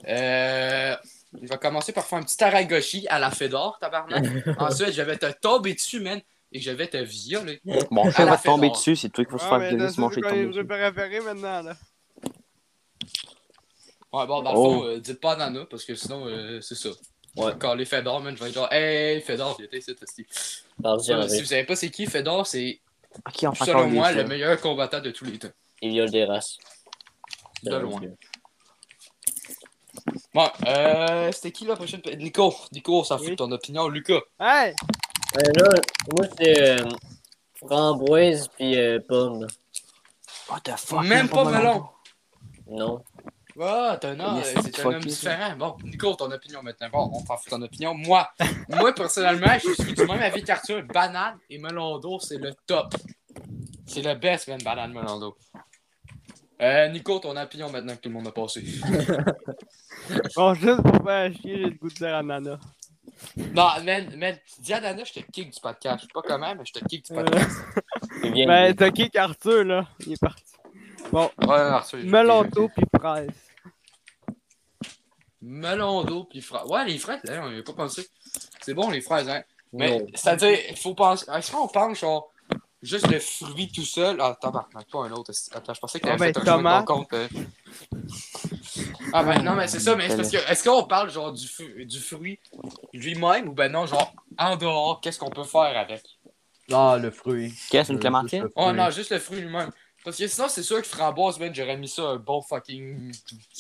[SPEAKER 1] Euh... Je vais commencer par faire un petit Taragoshi à la Fedor, tabarnak. Ensuite, je vais te tomber dessus, man, et je vais te violer.
[SPEAKER 5] Mon
[SPEAKER 1] À
[SPEAKER 5] chien
[SPEAKER 1] la
[SPEAKER 5] va te tomber
[SPEAKER 1] Fedor.
[SPEAKER 5] dessus, c'est toi qui vas se
[SPEAKER 4] Ouais,
[SPEAKER 5] faire
[SPEAKER 4] Ah, mais
[SPEAKER 5] violer
[SPEAKER 4] là,
[SPEAKER 5] si mon
[SPEAKER 4] c'est
[SPEAKER 5] chien
[SPEAKER 4] quoi
[SPEAKER 5] te tombe
[SPEAKER 4] les
[SPEAKER 5] dessus.
[SPEAKER 4] trucs préférés maintenant, là?
[SPEAKER 1] Ouais, bon, dans le
[SPEAKER 5] Oh.
[SPEAKER 1] fond, euh, dites pas Nana, parce que sinon, euh, c'est ça.
[SPEAKER 5] Ouais.
[SPEAKER 1] Quand les Fedor, man, je vais être genre, hey, Fedor, j'étais ici, esti.
[SPEAKER 2] Vas-y,
[SPEAKER 1] Ouais, Si
[SPEAKER 2] Henri,
[SPEAKER 1] vous savez pas c'est qui, Fedor, c'est,
[SPEAKER 5] Ok, on prend encore
[SPEAKER 1] selon
[SPEAKER 5] des
[SPEAKER 1] moi,
[SPEAKER 5] chiens.
[SPEAKER 1] le meilleur combattant de tous les temps.
[SPEAKER 2] il viole des races.
[SPEAKER 1] De loin. Bon, euh, c'était qui la prochaine. pe- Nico, Nico, ça fout de
[SPEAKER 4] Oui.
[SPEAKER 1] ton opinion. Lucas,
[SPEAKER 4] Hey!
[SPEAKER 2] Euh, là, moi, c'est euh, framboise puis euh, pomme.
[SPEAKER 5] What the fuck?
[SPEAKER 1] même pas melon.
[SPEAKER 2] Non.
[SPEAKER 1] Ah, t'es un homme,
[SPEAKER 5] Yes,
[SPEAKER 1] euh, c'est un
[SPEAKER 5] fuck
[SPEAKER 1] homme
[SPEAKER 5] you.
[SPEAKER 1] différent. Bon, Nico, ton opinion maintenant. Bon, on t'en fout ton opinion. Moi, moi personnellement, je suis du même avis qu'Arthur. Banane et melon d'eau, c'est le top. C'est le best, même banane melon d'eau. Euh, Nico, ton opinion maintenant que tout le monde a passé.
[SPEAKER 4] Bon, juste pour faire chier, j'ai le goût de dire ananas.
[SPEAKER 1] Non, man, man, tu dis à Nana, je te kick du podcast. Je sais pas comment, mais je te kick du
[SPEAKER 4] Euh,
[SPEAKER 1] podcast.
[SPEAKER 2] Il vient
[SPEAKER 4] ben, t'as kick Arthur, là. Il est parti.
[SPEAKER 1] Ouais, Arthur. je-
[SPEAKER 4] Melon d'eau pis presse.
[SPEAKER 1] Melon d'eau puis fraises. Ouais, les fraises, d'ailleurs, on n'y a pas pensé. C'est bon, les fraises, hein. Mais
[SPEAKER 2] Mais...
[SPEAKER 1] c'est-à-dire, il faut penser. Est-ce qu'on pense, genre, juste le fruit tout seul Ah, tabarnak, toi, un autre. est-ce- Attends, je pensais que
[SPEAKER 4] Ah,
[SPEAKER 1] t'avais
[SPEAKER 4] ben,
[SPEAKER 1] fait un jeu de
[SPEAKER 4] tomate.
[SPEAKER 1] ton compte. euh. Ah, ben non, mais c'est ça, mais c'est parce que. Est-ce qu'on parle, genre, du, fu- du fruit lui-même ou ben non, genre, en dehors, qu'est-ce qu'on peut faire avec
[SPEAKER 3] Ah, le fruit.
[SPEAKER 5] Qu'est-ce, une
[SPEAKER 3] Euh,
[SPEAKER 5] clémentine?
[SPEAKER 3] juste le
[SPEAKER 1] Oh
[SPEAKER 3] fruit.
[SPEAKER 1] non, juste le fruit lui-même. Parce que sinon, c'est sûr que framboise, ben, j'aurais mis ça un bon fucking.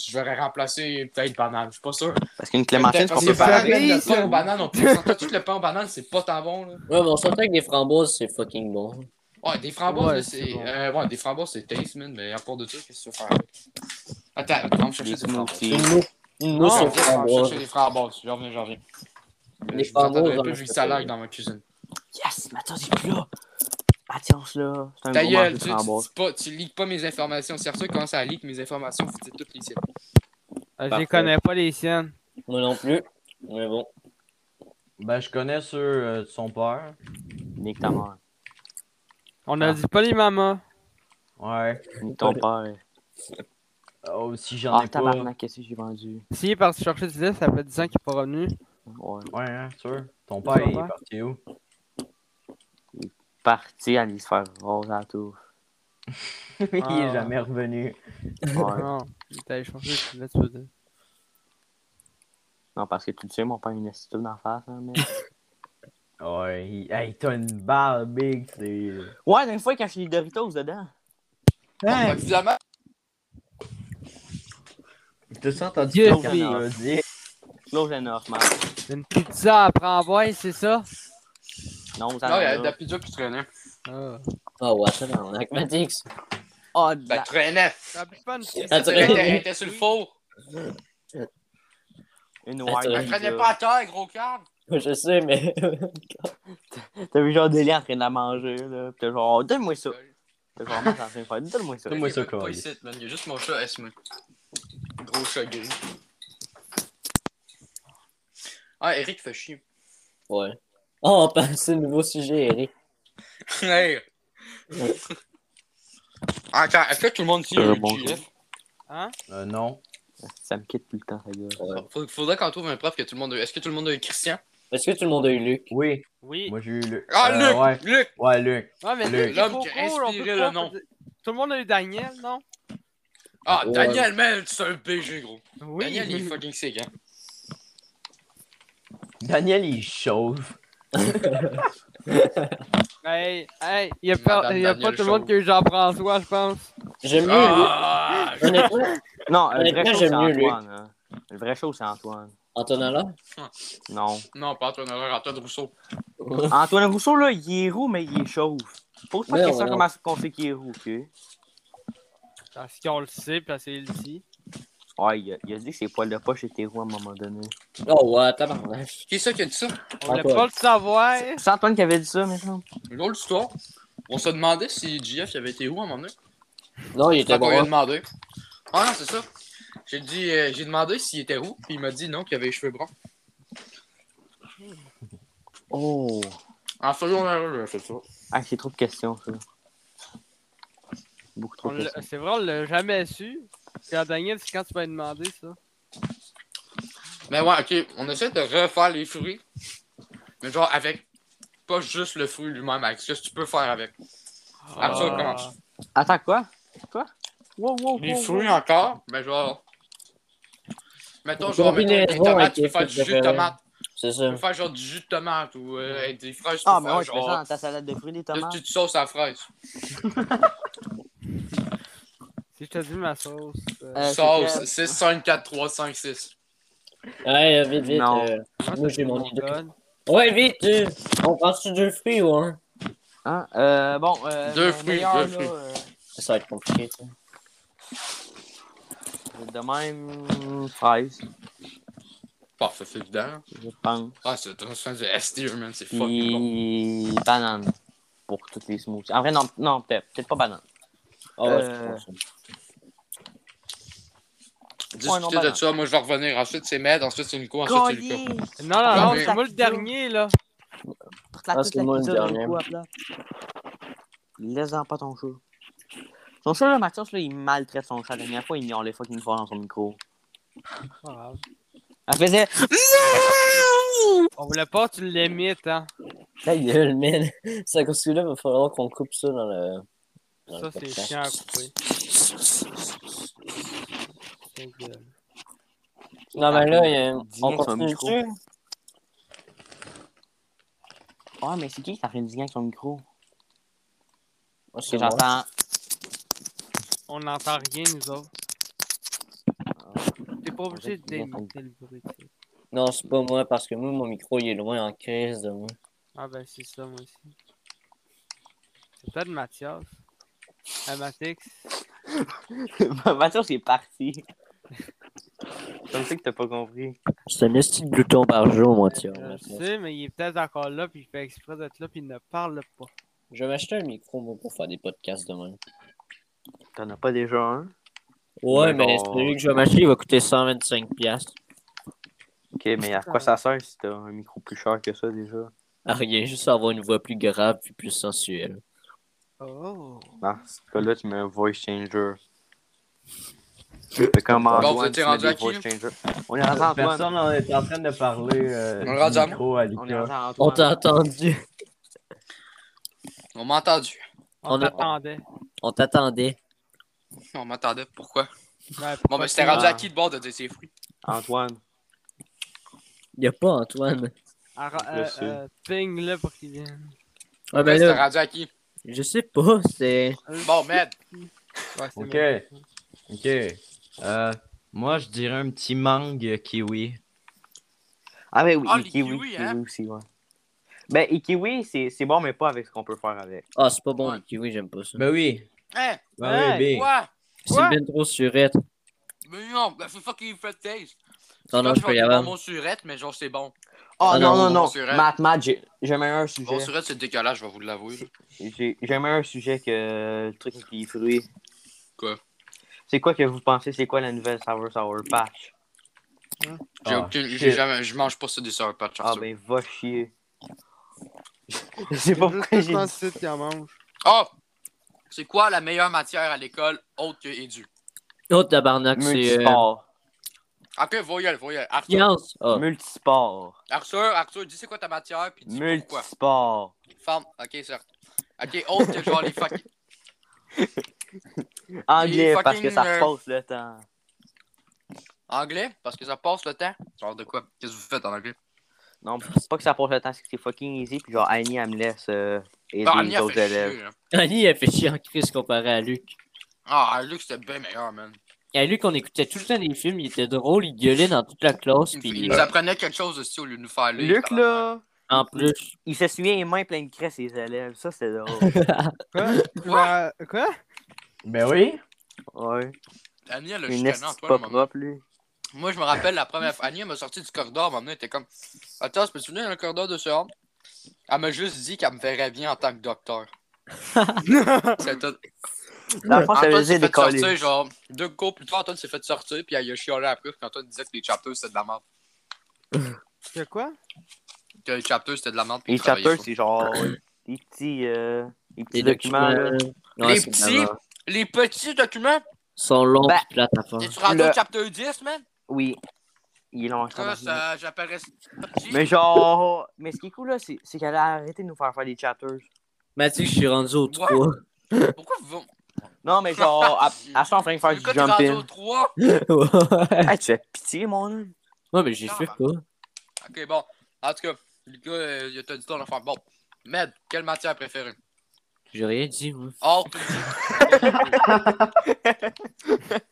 [SPEAKER 1] J'aurais remplacé peut-être banane, je suis pas sûr.
[SPEAKER 5] Parce qu'une clémentine, ce
[SPEAKER 1] Parce
[SPEAKER 5] qu'on
[SPEAKER 1] que
[SPEAKER 5] peut
[SPEAKER 4] c'est
[SPEAKER 5] faire.
[SPEAKER 1] banane,
[SPEAKER 4] pareil,
[SPEAKER 1] le
[SPEAKER 4] ça.
[SPEAKER 1] pain aux bananes, on peut s'entendre tout le pain aux bananes, c'est pas tant bon, là.
[SPEAKER 2] Ouais, mais on s'entend que des framboises, c'est fucking bon.
[SPEAKER 1] Ouais, des framboises,
[SPEAKER 4] Ouais,
[SPEAKER 1] là,
[SPEAKER 4] c'est
[SPEAKER 1] c'est.
[SPEAKER 4] bon.
[SPEAKER 1] euh, ouais, des framboises, c'est taste, man, mais à part de ça, qu'est-ce que tu veux faire avec Attends, on va me chercher
[SPEAKER 5] Des
[SPEAKER 1] des framboises.
[SPEAKER 5] smoothies.
[SPEAKER 2] Une mousse, une
[SPEAKER 1] Non,
[SPEAKER 2] mousse
[SPEAKER 1] on va
[SPEAKER 2] aux
[SPEAKER 1] me chercher
[SPEAKER 2] framboises.
[SPEAKER 1] des framboises. J'en reviens, j'en reviens.
[SPEAKER 2] Les
[SPEAKER 1] Je vous entends
[SPEAKER 2] framboises,
[SPEAKER 1] un peu
[SPEAKER 2] hein,
[SPEAKER 1] vu que
[SPEAKER 2] c'est
[SPEAKER 1] ça
[SPEAKER 2] pas-
[SPEAKER 1] lag dans ma cuisine.
[SPEAKER 5] Yes, mais attends, c'est plus là. Patience, là. C'est un
[SPEAKER 1] Ta
[SPEAKER 5] gros mangeur
[SPEAKER 1] gueule,
[SPEAKER 5] de
[SPEAKER 1] tu, tu,
[SPEAKER 5] framboise.
[SPEAKER 1] dis pas, tu leaks pas mes informations. C'est sûr, quand ça leak mes informations, vous dites toutes les siennes.
[SPEAKER 4] Ah, je
[SPEAKER 2] Parfait.
[SPEAKER 4] les connais pas, les siennes.
[SPEAKER 2] Moi non plus. Mais bon.
[SPEAKER 3] Ben, je connais ceux euh, de son père.
[SPEAKER 5] Nique ta mère.
[SPEAKER 4] On
[SPEAKER 1] Ah.
[SPEAKER 4] ne dit pas les mamas.
[SPEAKER 3] Ouais.
[SPEAKER 5] Nique ton père.
[SPEAKER 3] Oh, si j'en
[SPEAKER 5] Ah,
[SPEAKER 3] ai pas.
[SPEAKER 5] tabarnak, qu'est-ce que j'ai vendu?
[SPEAKER 4] S'il est parti chercher du lait, ça fait 10 ans qu'il est pas revenu.
[SPEAKER 5] Ouais.
[SPEAKER 3] Ouais, hein, sûr. Ton père, il
[SPEAKER 4] père?
[SPEAKER 3] est parti où?
[SPEAKER 5] Parti à aller se faire rose à la tour.
[SPEAKER 3] il
[SPEAKER 4] Ah.
[SPEAKER 3] est jamais revenu.
[SPEAKER 5] Ouais.
[SPEAKER 4] Non, il est allé chercher du lait, tu veux dire.
[SPEAKER 5] Non, parce que tu le sais, mon père, il a une assiette d'en face, hein, mais.
[SPEAKER 3] Ouais, il... hey, t'as une barre big, c'est.
[SPEAKER 5] Ouais, la fois, il cachait les Doritos dedans.
[SPEAKER 1] Bon, Évidemment,
[SPEAKER 3] T'as ça entendu
[SPEAKER 4] Dieu,
[SPEAKER 3] ce
[SPEAKER 5] oui.
[SPEAKER 3] qu'on a dit?
[SPEAKER 5] Claude Lenore, man.
[SPEAKER 4] Une pizza à framboise, c'est ça?
[SPEAKER 5] Non, vous
[SPEAKER 1] non, il y a de
[SPEAKER 5] avez.
[SPEAKER 1] la pizza qui traînait.
[SPEAKER 4] Ah.
[SPEAKER 2] Ah ouais, ça dans Matix.
[SPEAKER 5] Ah, de
[SPEAKER 1] Ben,
[SPEAKER 5] la.
[SPEAKER 1] traînait.
[SPEAKER 4] Ça pique pas une
[SPEAKER 2] Ça
[SPEAKER 1] Elle était-
[SPEAKER 2] traînait.
[SPEAKER 1] elle était sur le four.
[SPEAKER 5] Une
[SPEAKER 2] Ah, tu-
[SPEAKER 1] Elle traînait
[SPEAKER 5] wire.
[SPEAKER 1] pas à terre, gros câble.
[SPEAKER 2] Je sais, mais.
[SPEAKER 5] T'as vu genre Delia en train de la manger, là. Pis t'es genre, donne-moi ça. T'es genre, Max en train de faire, donne-moi ça.
[SPEAKER 3] Donne-moi ça,
[SPEAKER 1] Il est même pas
[SPEAKER 3] Carlis.
[SPEAKER 1] ici, man. Il y a juste mon chat Esme. Gros chat gay. Ah, Eric fait chier.
[SPEAKER 2] Ouais. Oh, on passe à un nouveau sujet, Eric.
[SPEAKER 1] Hey. Ah, Attends, est-ce que tout le monde sait
[SPEAKER 5] Euh,
[SPEAKER 1] le
[SPEAKER 5] bonjour.
[SPEAKER 1] GF?
[SPEAKER 4] Hein?
[SPEAKER 3] Euh, non.
[SPEAKER 5] Ça me quitte tout le temps, ta gueule.
[SPEAKER 2] Ouais.
[SPEAKER 1] Faut- Faudrait qu'on trouve un prof que tout le monde a. Est-ce que tout le monde a eu Christian?
[SPEAKER 2] Est-ce que tout le monde a eu Luc?
[SPEAKER 3] Oui,
[SPEAKER 4] Oui.
[SPEAKER 3] moi j'ai eu Luc.
[SPEAKER 1] Ah,
[SPEAKER 3] Euh,
[SPEAKER 1] Luc!
[SPEAKER 3] Ouais,
[SPEAKER 1] Luc!
[SPEAKER 3] ouais, Luc.
[SPEAKER 4] Ouais, mais
[SPEAKER 3] Le-
[SPEAKER 4] c'est
[SPEAKER 1] l'homme
[SPEAKER 4] trop
[SPEAKER 1] qui a
[SPEAKER 4] cool, on peut
[SPEAKER 1] inspiré
[SPEAKER 4] pas-
[SPEAKER 1] le nom.
[SPEAKER 4] Tout le monde a eu Daniel, non?
[SPEAKER 1] Ah,
[SPEAKER 2] Ouais.
[SPEAKER 1] Daniel, man, c'est un BG, gros.
[SPEAKER 4] Oui.
[SPEAKER 1] Daniel, il est fucking sick, hein.
[SPEAKER 3] Daniel, il chauffe.
[SPEAKER 4] Hey, hey, il y a,
[SPEAKER 1] Madame
[SPEAKER 4] pas- il y a
[SPEAKER 1] Daniel
[SPEAKER 4] pas tout le monde
[SPEAKER 1] Chauve.
[SPEAKER 4] qui a eu Jean-François, je pense.
[SPEAKER 2] J'aime mieux
[SPEAKER 1] Ah!
[SPEAKER 2] Luc. Honnêtement,
[SPEAKER 5] Non, euh,
[SPEAKER 2] Honnêtement,
[SPEAKER 5] vrai chose,
[SPEAKER 2] j'aime
[SPEAKER 5] c'est
[SPEAKER 2] mieux Luc.
[SPEAKER 5] Antoine, hein. Le vrai show, c'est Antoine.
[SPEAKER 2] Antoine Allard?
[SPEAKER 5] Non.
[SPEAKER 1] Non, pas Antoine Allard, Antoine Rousseau.
[SPEAKER 5] Antoine Rousseau, là, il est roux, mais il est chauve. Pose pas de
[SPEAKER 2] Ouais,
[SPEAKER 5] question
[SPEAKER 2] ouais.
[SPEAKER 5] comment on sait qu'il est roux, ok?
[SPEAKER 4] Parce qu'on le sait, parce qu'il le dit.
[SPEAKER 5] Ouais, il a, il a dit que ses poils de poche étaient roux à un moment donné.
[SPEAKER 2] Oh, ouais, tabarnak.
[SPEAKER 1] Qui est ça qui a dit ça?
[SPEAKER 4] On voulait
[SPEAKER 2] Encore.
[SPEAKER 4] pas le savoir.
[SPEAKER 5] C'est Antoine qui avait dit ça, maintenant.
[SPEAKER 1] Une autre histoire. On se demandait si GF avait été où à un moment donné.
[SPEAKER 2] Non, il était
[SPEAKER 1] Quand on lui a
[SPEAKER 2] bon. hein.
[SPEAKER 1] demandé. Ah non, c'est ça. J'ai dit, euh, j'ai demandé s'il était roux, puis il m'a dit non, qu'il avait les cheveux bruns.
[SPEAKER 5] Oh!
[SPEAKER 1] En secondaire, j'ai fait ça.
[SPEAKER 5] Ah, c'est trop de questions, ça. Beaucoup
[SPEAKER 4] On
[SPEAKER 5] trop de
[SPEAKER 4] l'a-
[SPEAKER 5] questions.
[SPEAKER 4] C'est vrai, on l'a jamais su. Puis Daniel, c'est quand tu m'as demandé ça.
[SPEAKER 1] Mais ouais, ok, on essaie de refaire les fruits. Mais genre avec. Pas juste le fruit lui-même, avec ce que tu peux faire avec. Ah, ça, comment?
[SPEAKER 5] Attends, quoi? Quoi? Wow, wow,
[SPEAKER 1] Les
[SPEAKER 5] wow,
[SPEAKER 1] fruits
[SPEAKER 5] wow.
[SPEAKER 1] encore, mais genre. Mettons,
[SPEAKER 2] Une
[SPEAKER 1] genre, mettons, des
[SPEAKER 2] combinaison
[SPEAKER 1] tomates,
[SPEAKER 2] avec
[SPEAKER 1] tu peux
[SPEAKER 2] les
[SPEAKER 1] faire
[SPEAKER 2] fruits
[SPEAKER 1] du
[SPEAKER 2] de
[SPEAKER 1] jus de
[SPEAKER 2] Ferrero.
[SPEAKER 1] tomate.
[SPEAKER 2] C'est
[SPEAKER 1] Tu
[SPEAKER 2] ça.
[SPEAKER 1] peux faire genre du jus de tomate ou euh, avec des fraises, tu
[SPEAKER 5] Ah,
[SPEAKER 1] peux
[SPEAKER 5] mais ouais,
[SPEAKER 1] faire
[SPEAKER 5] tu fais ça
[SPEAKER 1] genre.
[SPEAKER 5] dans ta salade de fruits des
[SPEAKER 1] Une
[SPEAKER 5] tomates.
[SPEAKER 1] petite sauce à la fraise.
[SPEAKER 4] Si je te dis ma sauce. euh,
[SPEAKER 2] Ah,
[SPEAKER 5] Euh,
[SPEAKER 1] sauce,
[SPEAKER 5] c'était-
[SPEAKER 1] 6, 5, 4, 3, 5, 6.
[SPEAKER 2] Ouais, vite, vite.
[SPEAKER 5] Non.
[SPEAKER 2] euh,
[SPEAKER 4] moi,
[SPEAKER 2] moi,
[SPEAKER 4] c'est
[SPEAKER 2] j'ai
[SPEAKER 4] pas
[SPEAKER 2] mon
[SPEAKER 4] bon
[SPEAKER 2] idée.
[SPEAKER 4] gun.
[SPEAKER 2] Ouais, vite. euh, on prend-tu deux fruits ou un?
[SPEAKER 5] Hein? Euh, bon, euh,
[SPEAKER 1] Deux
[SPEAKER 5] mon
[SPEAKER 1] fruits,
[SPEAKER 5] meilleur,
[SPEAKER 1] deux fruits.
[SPEAKER 5] Là, euh,
[SPEAKER 2] Ça va être compliqué, ça.
[SPEAKER 5] euh, de même, fraise,
[SPEAKER 1] Parfait, c'est évident.
[SPEAKER 5] je pense.
[SPEAKER 1] Ah, c'est transfert de STE, man, c'est fucking bon.
[SPEAKER 5] Puis, banane. Pour toutes les smoothies. En vrai, non, non peut-être peut-être pas banane.
[SPEAKER 2] Ah ouais,
[SPEAKER 5] Euh,
[SPEAKER 2] c'est bon, ça.
[SPEAKER 5] non,
[SPEAKER 1] Discuter
[SPEAKER 5] banane.
[SPEAKER 1] de ça, moi je vais revenir. Ensuite, c'est Med, ensuite, c'est Nico, ensuite, c'est Lucas.
[SPEAKER 4] Non, non, non,
[SPEAKER 1] Ah, mais-
[SPEAKER 4] c'est moi le dernier, là.
[SPEAKER 5] Porte la
[SPEAKER 2] Ah, c'est
[SPEAKER 5] toute la
[SPEAKER 2] moi le
[SPEAKER 5] pizza d'un
[SPEAKER 2] dernier.
[SPEAKER 5] coup à plat. Laisse-en pas ton chat. Son chat, là, Mathias, là, il maltraite son chat. La dernière fois, il miaulait fucking fort dans son micro. Ah,
[SPEAKER 4] Pas grave.
[SPEAKER 5] Elle faisait.
[SPEAKER 4] On voulait pas que tu l'imites, hein.
[SPEAKER 2] Ta gueule, man. Ça construit là, il va falloir qu'on coupe ça dans le. dans
[SPEAKER 4] Ça,
[SPEAKER 2] le
[SPEAKER 4] c'est
[SPEAKER 2] podcast.
[SPEAKER 4] chiant à couper. Ta gueule.
[SPEAKER 2] Non, mais là, il y a-
[SPEAKER 5] Dis
[SPEAKER 2] on
[SPEAKER 5] rien sur le
[SPEAKER 2] continue
[SPEAKER 5] micro. Oh, mais c'est qui qui t'a fait du gang avec son micro?
[SPEAKER 2] Ah,
[SPEAKER 5] Parce que j'entends.
[SPEAKER 4] On n'entend rien, nous autres. T'es pas obligé
[SPEAKER 5] fait, il y a ton-
[SPEAKER 4] d'imiter le bruit. tu sais.
[SPEAKER 2] Non, c'est pas moi, parce que moi, mon micro, il est loin en crise de moi.
[SPEAKER 4] Ah, ben, c'est ça, moi aussi. C'est peut-être Mathias. Ah, Matix.
[SPEAKER 5] Mathias, il est parti. Je sais que t'as pas compris.
[SPEAKER 2] C'est un petit glouton par jour, moi, tiens.
[SPEAKER 4] Je le sais, mais il est peut-être encore là, puis il fait exprès d'être là, puis il ne parle pas.
[SPEAKER 2] Je vais m'acheter un micro, moi, pour faire des podcasts demain.
[SPEAKER 5] T'en as pas déjà un? Ben
[SPEAKER 2] Ouais,
[SPEAKER 5] Mais
[SPEAKER 2] mais
[SPEAKER 5] bon.
[SPEAKER 2] celui que je vais m'acheter, il va coûter 125$. piastres.
[SPEAKER 5] Ok, mais à quoi ça sert si t'as un micro plus cher que ça déjà?
[SPEAKER 2] Ah, rien, juste avoir une voix plus grave puis plus sensuelle.
[SPEAKER 4] Oh!
[SPEAKER 5] Dans ce cas-là, tu mets un voice changer. Fait comme
[SPEAKER 1] Bon, vous
[SPEAKER 5] Antoine,
[SPEAKER 1] étiez
[SPEAKER 5] tu mets
[SPEAKER 1] rendu
[SPEAKER 5] des
[SPEAKER 1] à qui,
[SPEAKER 5] voice
[SPEAKER 1] là?
[SPEAKER 5] changer. On est rendu à Ah, Antoine.
[SPEAKER 3] Personne n'en est en train de parler euh,
[SPEAKER 1] On est rendu à
[SPEAKER 3] du micro à
[SPEAKER 5] On est
[SPEAKER 3] Lucas.
[SPEAKER 5] rendu à
[SPEAKER 2] On t'a
[SPEAKER 5] Antoine.
[SPEAKER 2] entendu.
[SPEAKER 1] On m'a entendu.
[SPEAKER 4] On,
[SPEAKER 2] On a-
[SPEAKER 4] t'attendait.
[SPEAKER 2] On t'attendait.
[SPEAKER 1] On m'attendait. Pourquoi?
[SPEAKER 4] Ouais,
[SPEAKER 1] Bon, ben, c'était
[SPEAKER 4] pas-
[SPEAKER 1] rendu à qui de bord de dire ses fruits?
[SPEAKER 5] Antoine.
[SPEAKER 2] Y a pas Antoine.
[SPEAKER 4] Arra-
[SPEAKER 5] Je
[SPEAKER 4] euh,
[SPEAKER 5] sais.
[SPEAKER 4] euh, Ping-le pour qu'il vienne.
[SPEAKER 1] Ben,
[SPEAKER 2] Ah, ben
[SPEAKER 1] c'était
[SPEAKER 2] là,
[SPEAKER 1] rendu à qui?
[SPEAKER 2] je sais pas, c'est.
[SPEAKER 1] Bon, Med.
[SPEAKER 4] Ouais, c'est
[SPEAKER 3] Ok.
[SPEAKER 4] bon.
[SPEAKER 3] Ok. Euh, moi, je dirais un petit mangue kiwi.
[SPEAKER 5] Ah ben oui,
[SPEAKER 1] Ah,
[SPEAKER 5] les
[SPEAKER 1] les
[SPEAKER 5] kiwis,
[SPEAKER 1] kiwis,
[SPEAKER 5] kiwis
[SPEAKER 1] hein?
[SPEAKER 5] aussi, ouais. Ben, les kiwis, c'est c'est bon, mais pas avec ce qu'on peut faire avec.
[SPEAKER 2] Ah, c'est pas bon,
[SPEAKER 1] Ouais.
[SPEAKER 2] le kiwi, j'aime pas ça.
[SPEAKER 3] Ben oui.
[SPEAKER 1] Hein?
[SPEAKER 3] Ben
[SPEAKER 4] Hey,
[SPEAKER 3] oui, B.
[SPEAKER 1] Quoi?
[SPEAKER 2] C'est
[SPEAKER 4] Quoi?
[SPEAKER 2] bien trop surette.
[SPEAKER 1] Mais non, ben, c'est fucking fait taste.
[SPEAKER 2] Non, non,
[SPEAKER 1] Quand
[SPEAKER 2] je peux y
[SPEAKER 1] vais
[SPEAKER 2] avoir.
[SPEAKER 1] Mon surette, mais genre, c'est bon.
[SPEAKER 5] Oh
[SPEAKER 2] Ah
[SPEAKER 5] non,
[SPEAKER 2] non,
[SPEAKER 5] non, non.
[SPEAKER 1] sur elle.
[SPEAKER 5] Matt, Matt, j'ai j'ai même un sujet.
[SPEAKER 1] Mon surette, c'est dégueulasse, je vais vous l'avouer. là.
[SPEAKER 5] J'ai j'ai même un sujet que le truc avec les fruits.
[SPEAKER 1] Quoi?
[SPEAKER 5] C'est quoi que vous pensez, c'est quoi la nouvelle Sour Sour Patch?
[SPEAKER 1] J'ai
[SPEAKER 3] Ah,
[SPEAKER 1] aucune.
[SPEAKER 3] shit.
[SPEAKER 1] j'ai jamais- Je mange pas ça des sour patch.
[SPEAKER 5] Ah
[SPEAKER 1] Arthur.
[SPEAKER 5] ben, va chier. Je sais pas pourquoi j'ai dit ça.
[SPEAKER 4] qu'il en mange.
[SPEAKER 1] Oh! C'est quoi la meilleure matière à l'école autre que édu?
[SPEAKER 2] Oh, tabarnak, c'est. Euh...
[SPEAKER 5] Multisport.
[SPEAKER 1] Ok, voyelle, voyelle. Arthur,
[SPEAKER 2] Science. Ah,
[SPEAKER 5] Multisport.
[SPEAKER 1] Arthur, Arthur, dis c'est quoi ta matière, puis dis pourquoi.
[SPEAKER 5] Multisport.
[SPEAKER 1] Femme, ok, ça. Ok, autre que genre les fucking. Les
[SPEAKER 5] Anglais, parce que ça
[SPEAKER 1] fucking, euh,
[SPEAKER 5] passe le temps.
[SPEAKER 1] Anglais, parce que ça passe le temps. Genre de quoi? Qu'est-ce que vous faites en anglais?
[SPEAKER 5] Non, c'est pas que ça passe le temps, c'est que c'est fucking easy. Puis genre, Annie, elle me laisse euh, aider
[SPEAKER 1] Ah,
[SPEAKER 5] les
[SPEAKER 1] Annie a
[SPEAKER 5] autres
[SPEAKER 1] fait
[SPEAKER 5] élèves.
[SPEAKER 1] chier, là.
[SPEAKER 2] Annie, elle fait chier en crise comparé à Luc.
[SPEAKER 1] Ah, Luc, c'était bien meilleur, man.
[SPEAKER 2] à lui qu'on écoutait tout le temps des films, il était drôle, il gueulait dans toute la classe, puis
[SPEAKER 1] Il nous apprenait quelque chose aussi au lieu de nous faire lire.
[SPEAKER 4] Luc, là!
[SPEAKER 2] en plus,
[SPEAKER 5] Il s'essuyait les mains pleines de craie, ses élèves. Ça, c'est drôle.
[SPEAKER 4] Quoi? Quoi? Quoi?
[SPEAKER 3] Ben oui.
[SPEAKER 5] ouais.
[SPEAKER 1] Annie, elle a
[SPEAKER 5] Il
[SPEAKER 1] chicané
[SPEAKER 5] est
[SPEAKER 1] Antoine, à un
[SPEAKER 5] pas
[SPEAKER 1] moment.
[SPEAKER 5] propre, lui.
[SPEAKER 1] Moi, je me rappelle la première fois. Annie, elle m'a sorti du corridor, maintenant, elle était comme Attends, je peux te souvenir dans le corridor de ce homme Elle m'a juste dit qu'elle me verrait bien en tant que docteur. C'est tout.
[SPEAKER 5] Dans le fond, ça
[SPEAKER 1] Antoine
[SPEAKER 5] veut
[SPEAKER 1] s'est
[SPEAKER 5] dire
[SPEAKER 1] fait sortir,
[SPEAKER 5] décoller.
[SPEAKER 1] genre, deux cours plus tard, Antoine s'est fait sortir, puis elle a chialé après, puis Antoine disait que les chapters c'était de la merde.
[SPEAKER 4] C'est quoi?
[SPEAKER 1] Que les chapters c'était de la merde, puis
[SPEAKER 5] Les
[SPEAKER 1] il travaillait
[SPEAKER 5] chapters,
[SPEAKER 1] pas.
[SPEAKER 5] c'est genre des petits, euh, des petits
[SPEAKER 2] les
[SPEAKER 5] documents.
[SPEAKER 2] documents.
[SPEAKER 5] là.
[SPEAKER 2] là,
[SPEAKER 1] Les
[SPEAKER 2] ouais, c'est
[SPEAKER 1] petits-
[SPEAKER 2] vraiment-
[SPEAKER 1] Les petits documents
[SPEAKER 2] sont longs
[SPEAKER 5] Ben,
[SPEAKER 2] pis plates à faire.
[SPEAKER 1] T'es-tu rendu
[SPEAKER 5] Le-
[SPEAKER 1] au chapter 10, man
[SPEAKER 5] Oui. Il est long,
[SPEAKER 1] Ah, Ça,
[SPEAKER 5] je travaille.
[SPEAKER 1] ça j'appellerais ça.
[SPEAKER 5] Mais genre, mais ce qui est cool, là, c'est c'est qu'elle a arrêté de nous faire faire des chapters.
[SPEAKER 2] Mathieu, je suis rendu au
[SPEAKER 1] Ouais.
[SPEAKER 2] 3.
[SPEAKER 1] Pourquoi vous.
[SPEAKER 5] Non, mais genre, elle- elle sont en train de faire du
[SPEAKER 1] Pourquoi t'es rendu au
[SPEAKER 5] jumping.
[SPEAKER 1] 3
[SPEAKER 2] ouais,
[SPEAKER 5] Hey, tu fais pitié, mon homme.
[SPEAKER 2] mais j'ai fait quoi?
[SPEAKER 1] Ok, bon. En tout cas, le gars, euh, il t'a dit ton enfant. Bon. Med, quelle matière préférée
[SPEAKER 2] J'ai rien dit, moi.
[SPEAKER 1] Or, tout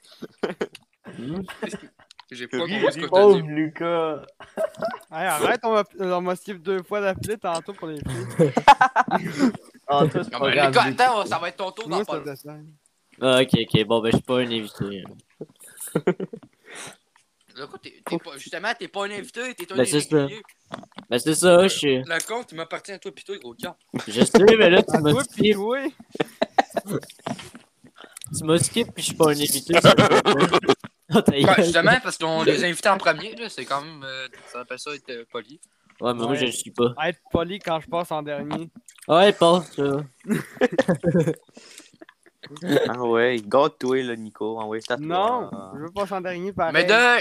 [SPEAKER 2] Hmm.
[SPEAKER 1] J'ai pas compris ce que t'as
[SPEAKER 3] Oh,
[SPEAKER 1] dit.
[SPEAKER 3] Lucas.
[SPEAKER 4] Hey, arrête, on m'a- on m'a skip deux fois d'appeler tantôt pour les filles.
[SPEAKER 3] Ah, toi, c'est
[SPEAKER 1] Non,
[SPEAKER 3] pas
[SPEAKER 1] mais les gars,
[SPEAKER 3] grave.
[SPEAKER 1] attends, ça va être ton tour
[SPEAKER 4] Moi,
[SPEAKER 1] d'en
[SPEAKER 4] ça
[SPEAKER 1] parler.
[SPEAKER 4] te sonne.
[SPEAKER 2] Ah, ok, ok, bon, ben, je suis pas un invité. hein.
[SPEAKER 1] Le coup, t'es- t'es pas- Justement, t'es pas un invité, t'es un
[SPEAKER 2] Ben, c'est ça.
[SPEAKER 1] invité.
[SPEAKER 2] Ben, c'est ça, je suis.
[SPEAKER 1] Le compte, il m'appartient à toi, pis toi, gros gars.
[SPEAKER 2] Je sais, mais là, tu
[SPEAKER 4] Toi
[SPEAKER 2] m'as
[SPEAKER 4] pis
[SPEAKER 2] skip,
[SPEAKER 4] toi!
[SPEAKER 2] tu m'as skip pis je suis pas un invité. ça va pas. Ah, ta
[SPEAKER 1] Ouais,
[SPEAKER 2] gueule.
[SPEAKER 1] Justement, parce qu'on les invite en premier, là, c'est quand même. euh, Ça appelle ça être euh, poli.
[SPEAKER 2] Ouais, mais moi, je le suis pas.
[SPEAKER 4] Être poli quand je passe en dernier.
[SPEAKER 2] Ouais, passe, là.
[SPEAKER 5] Ah ouais, garde-toi, là, Nico. Envoie ça.
[SPEAKER 4] Non! Je veux passer en dernier pareil.
[SPEAKER 1] Mais de. Là,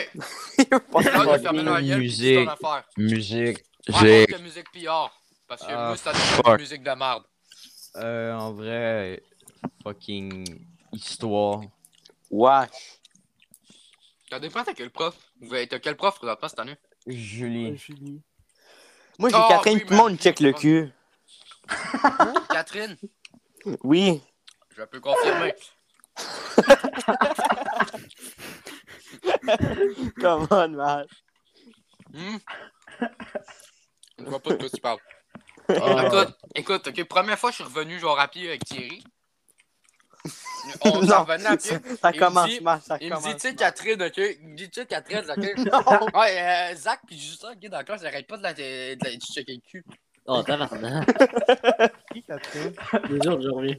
[SPEAKER 1] de fermer leur gueule, pis c'est
[SPEAKER 3] Musique.
[SPEAKER 1] ton affaire.
[SPEAKER 3] Musique.
[SPEAKER 1] J'ai. la musique pillard. Parce que
[SPEAKER 3] Ah,
[SPEAKER 1] moi, ça donne une musique de merde.
[SPEAKER 3] Euh, en vrai, fucking histoire.
[SPEAKER 5] Ouais.
[SPEAKER 1] T'as des prêts à quel prof Ou ben, T'as quel prof présentement cette année
[SPEAKER 4] Je
[SPEAKER 3] Julie.
[SPEAKER 4] suis dit.
[SPEAKER 5] Moi, j'ai
[SPEAKER 1] Oh,
[SPEAKER 5] Catherine,
[SPEAKER 1] oui,
[SPEAKER 5] tout le monde
[SPEAKER 1] mais-
[SPEAKER 5] check le cul.
[SPEAKER 1] Catherine
[SPEAKER 5] Oui.
[SPEAKER 1] Je peux confirmer.
[SPEAKER 5] Come on, man.
[SPEAKER 1] Hmm? Je vois pas de quoi tu parles.
[SPEAKER 3] Ah.
[SPEAKER 1] Écoute, écoute, ok, première fois, je suis revenu genre à pied avec Thierry. On
[SPEAKER 5] Non.
[SPEAKER 1] s'en revenait à pied.
[SPEAKER 5] Ça
[SPEAKER 1] Il me dit-
[SPEAKER 5] commence mal, ça
[SPEAKER 1] Il me dit,
[SPEAKER 5] commence.
[SPEAKER 1] tu sais, Catherine, ok? Il me dit, tu sais, Catherine, ok? Ouais, euh, Zach pis Justin, ok, d'accord, j'arrête pas de la, de la- de checker le cul.
[SPEAKER 2] Oh, tabarnak.
[SPEAKER 4] Qui Catherine?
[SPEAKER 2] Les autres, je reviens.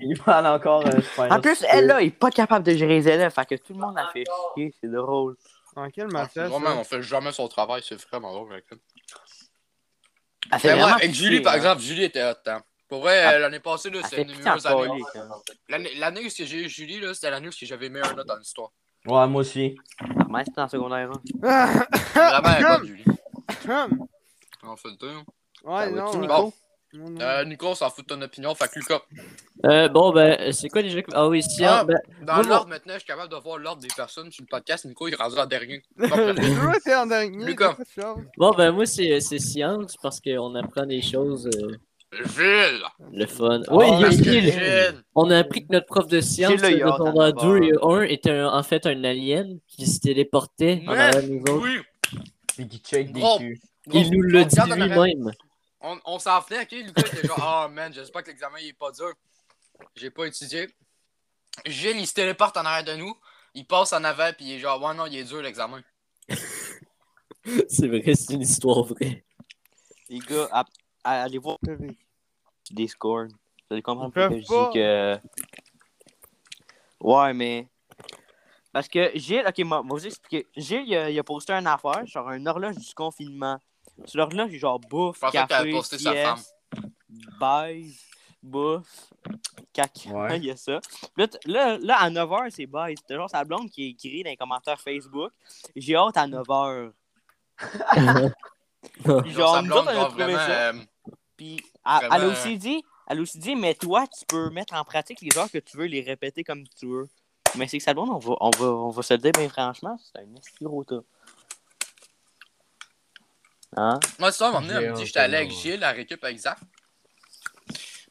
[SPEAKER 3] Il parle encore. euh,
[SPEAKER 5] En plus, elle, là, il est pas capable de gérer les élèves, fait que tout le monde a fait chier, c'est drôle.
[SPEAKER 4] En quelle
[SPEAKER 1] Ah,
[SPEAKER 4] matière? ça?
[SPEAKER 1] Vraiment, on fait jamais son travail, c'est vraiment drôle avec elle.
[SPEAKER 5] Elle fait
[SPEAKER 1] Ben ouais,
[SPEAKER 5] vraiment
[SPEAKER 1] avec
[SPEAKER 5] chier,
[SPEAKER 1] Julie, par
[SPEAKER 5] hein.
[SPEAKER 1] exemple, Julie était hot, hein. Pour vrai,
[SPEAKER 5] Ah.
[SPEAKER 1] euh, l'année passée, là,
[SPEAKER 5] Elle
[SPEAKER 1] c'est
[SPEAKER 5] fait
[SPEAKER 1] une des
[SPEAKER 5] pitié en
[SPEAKER 1] meilleures années.
[SPEAKER 5] calice, hein.
[SPEAKER 1] L'année l'année où est-ce que j'ai eu Julie, là, c'était l'année où est-ce que j'avais meilleur note en histoire.
[SPEAKER 3] Ouais, moi aussi.
[SPEAKER 5] Normal, c'était en secondaire hein.
[SPEAKER 4] Ah,
[SPEAKER 1] Vraiment, elle est bonne, Julie.
[SPEAKER 4] hum.
[SPEAKER 1] On fait le tour.
[SPEAKER 5] Ça
[SPEAKER 4] ouais,
[SPEAKER 5] va-tu,
[SPEAKER 4] non.
[SPEAKER 5] Nico?
[SPEAKER 4] euh,
[SPEAKER 1] Bon,
[SPEAKER 4] non, non.
[SPEAKER 1] Ah, euh, Nico, on s'en fout de ton opinion. Fait que Lucas,
[SPEAKER 2] Euh, bon, ben, c'est quoi déjà? que- Ah oui, si,
[SPEAKER 1] Ah.
[SPEAKER 2] ben,
[SPEAKER 1] dans
[SPEAKER 2] Moi,
[SPEAKER 1] l'ordre, maintenant, je suis capable de voir l'ordre des personnes sur le podcast. Nico, il est rendu en dernier. Donc,
[SPEAKER 4] J'ai toujours été en dernier.
[SPEAKER 1] Lucas.
[SPEAKER 4] c'est pas de chance.
[SPEAKER 2] Bon, ben moi, c'est c'est science parce qu'on apprend des choses, euh,
[SPEAKER 1] Gilles!
[SPEAKER 2] le fun. Oui, il y a
[SPEAKER 1] parce que
[SPEAKER 2] Gilles.
[SPEAKER 1] Gilles!
[SPEAKER 2] On a appris que notre prof de science
[SPEAKER 5] Gilles, il y
[SPEAKER 2] de
[SPEAKER 5] a
[SPEAKER 2] secondaire
[SPEAKER 5] Antoine
[SPEAKER 2] 2 et 1 était un- en fait un alien qui se téléportait en
[SPEAKER 1] Ouais.
[SPEAKER 2] arrière de nous autres.
[SPEAKER 1] Oui!
[SPEAKER 3] Puis qui check des
[SPEAKER 1] Gros.
[SPEAKER 3] culs.
[SPEAKER 2] Il nous
[SPEAKER 1] On
[SPEAKER 2] le dit
[SPEAKER 1] regarde en arrière-
[SPEAKER 2] lui-même.
[SPEAKER 1] On, on s'en venait, ok? Lucas était genre, ah man, j'espère que l'examen il est pas dur. J'ai pas étudié. Gilles, il se téléporte en arrière de nous. Il passe en avant, puis il est genre, ouais, non, il est dur l'examen.
[SPEAKER 2] C'est vrai, c'est une histoire vraie.
[SPEAKER 5] Les gars, à- à- allez voir
[SPEAKER 4] T'as vu.
[SPEAKER 5] Discord. Vous allez comprendre
[SPEAKER 4] Ils peuvent
[SPEAKER 5] pourquoi
[SPEAKER 4] pas.
[SPEAKER 5] je dis que. Ouais, mais. Parce que Gilles, ok, moi, moi, je vous expliquer. Gilles, il a, il a posté une affaire, genre un horloge du confinement. Sur l'horloge, il est genre bouffe,
[SPEAKER 1] Je pensais
[SPEAKER 5] café,
[SPEAKER 1] que t'avais posté sa
[SPEAKER 5] sieste,
[SPEAKER 1] femme.
[SPEAKER 5] baise, bouffe, caca,
[SPEAKER 3] Ouais.
[SPEAKER 5] il y a ça. Là, t- là, là, à 9h, c'est baise. C'est genre sa blonde qui écrit dans les commentaires Facebook J'ai hâte à 9h.
[SPEAKER 1] Genre,
[SPEAKER 5] genre,
[SPEAKER 1] sa
[SPEAKER 5] nous
[SPEAKER 1] blonde,
[SPEAKER 5] autres, on a
[SPEAKER 1] genre,
[SPEAKER 5] trouvé
[SPEAKER 1] vraiment, euh,
[SPEAKER 5] ça. Puis Ah, elle,
[SPEAKER 1] Vraiment,
[SPEAKER 5] elle a aussi dit, elle a aussi dit, mais toi, tu peux mettre en pratique les heures que tu veux, les répéter comme tu veux. Mais c'est que ça demande, on va, on va, on va se le dire, ben franchement, c'est un esti gros tas. Hein?
[SPEAKER 1] Moi, ça, à un moment donné, elle me
[SPEAKER 3] J'ai
[SPEAKER 1] euh, dit, j'étais allé avec
[SPEAKER 3] entendu,
[SPEAKER 1] Gilles, à récup avec Zach.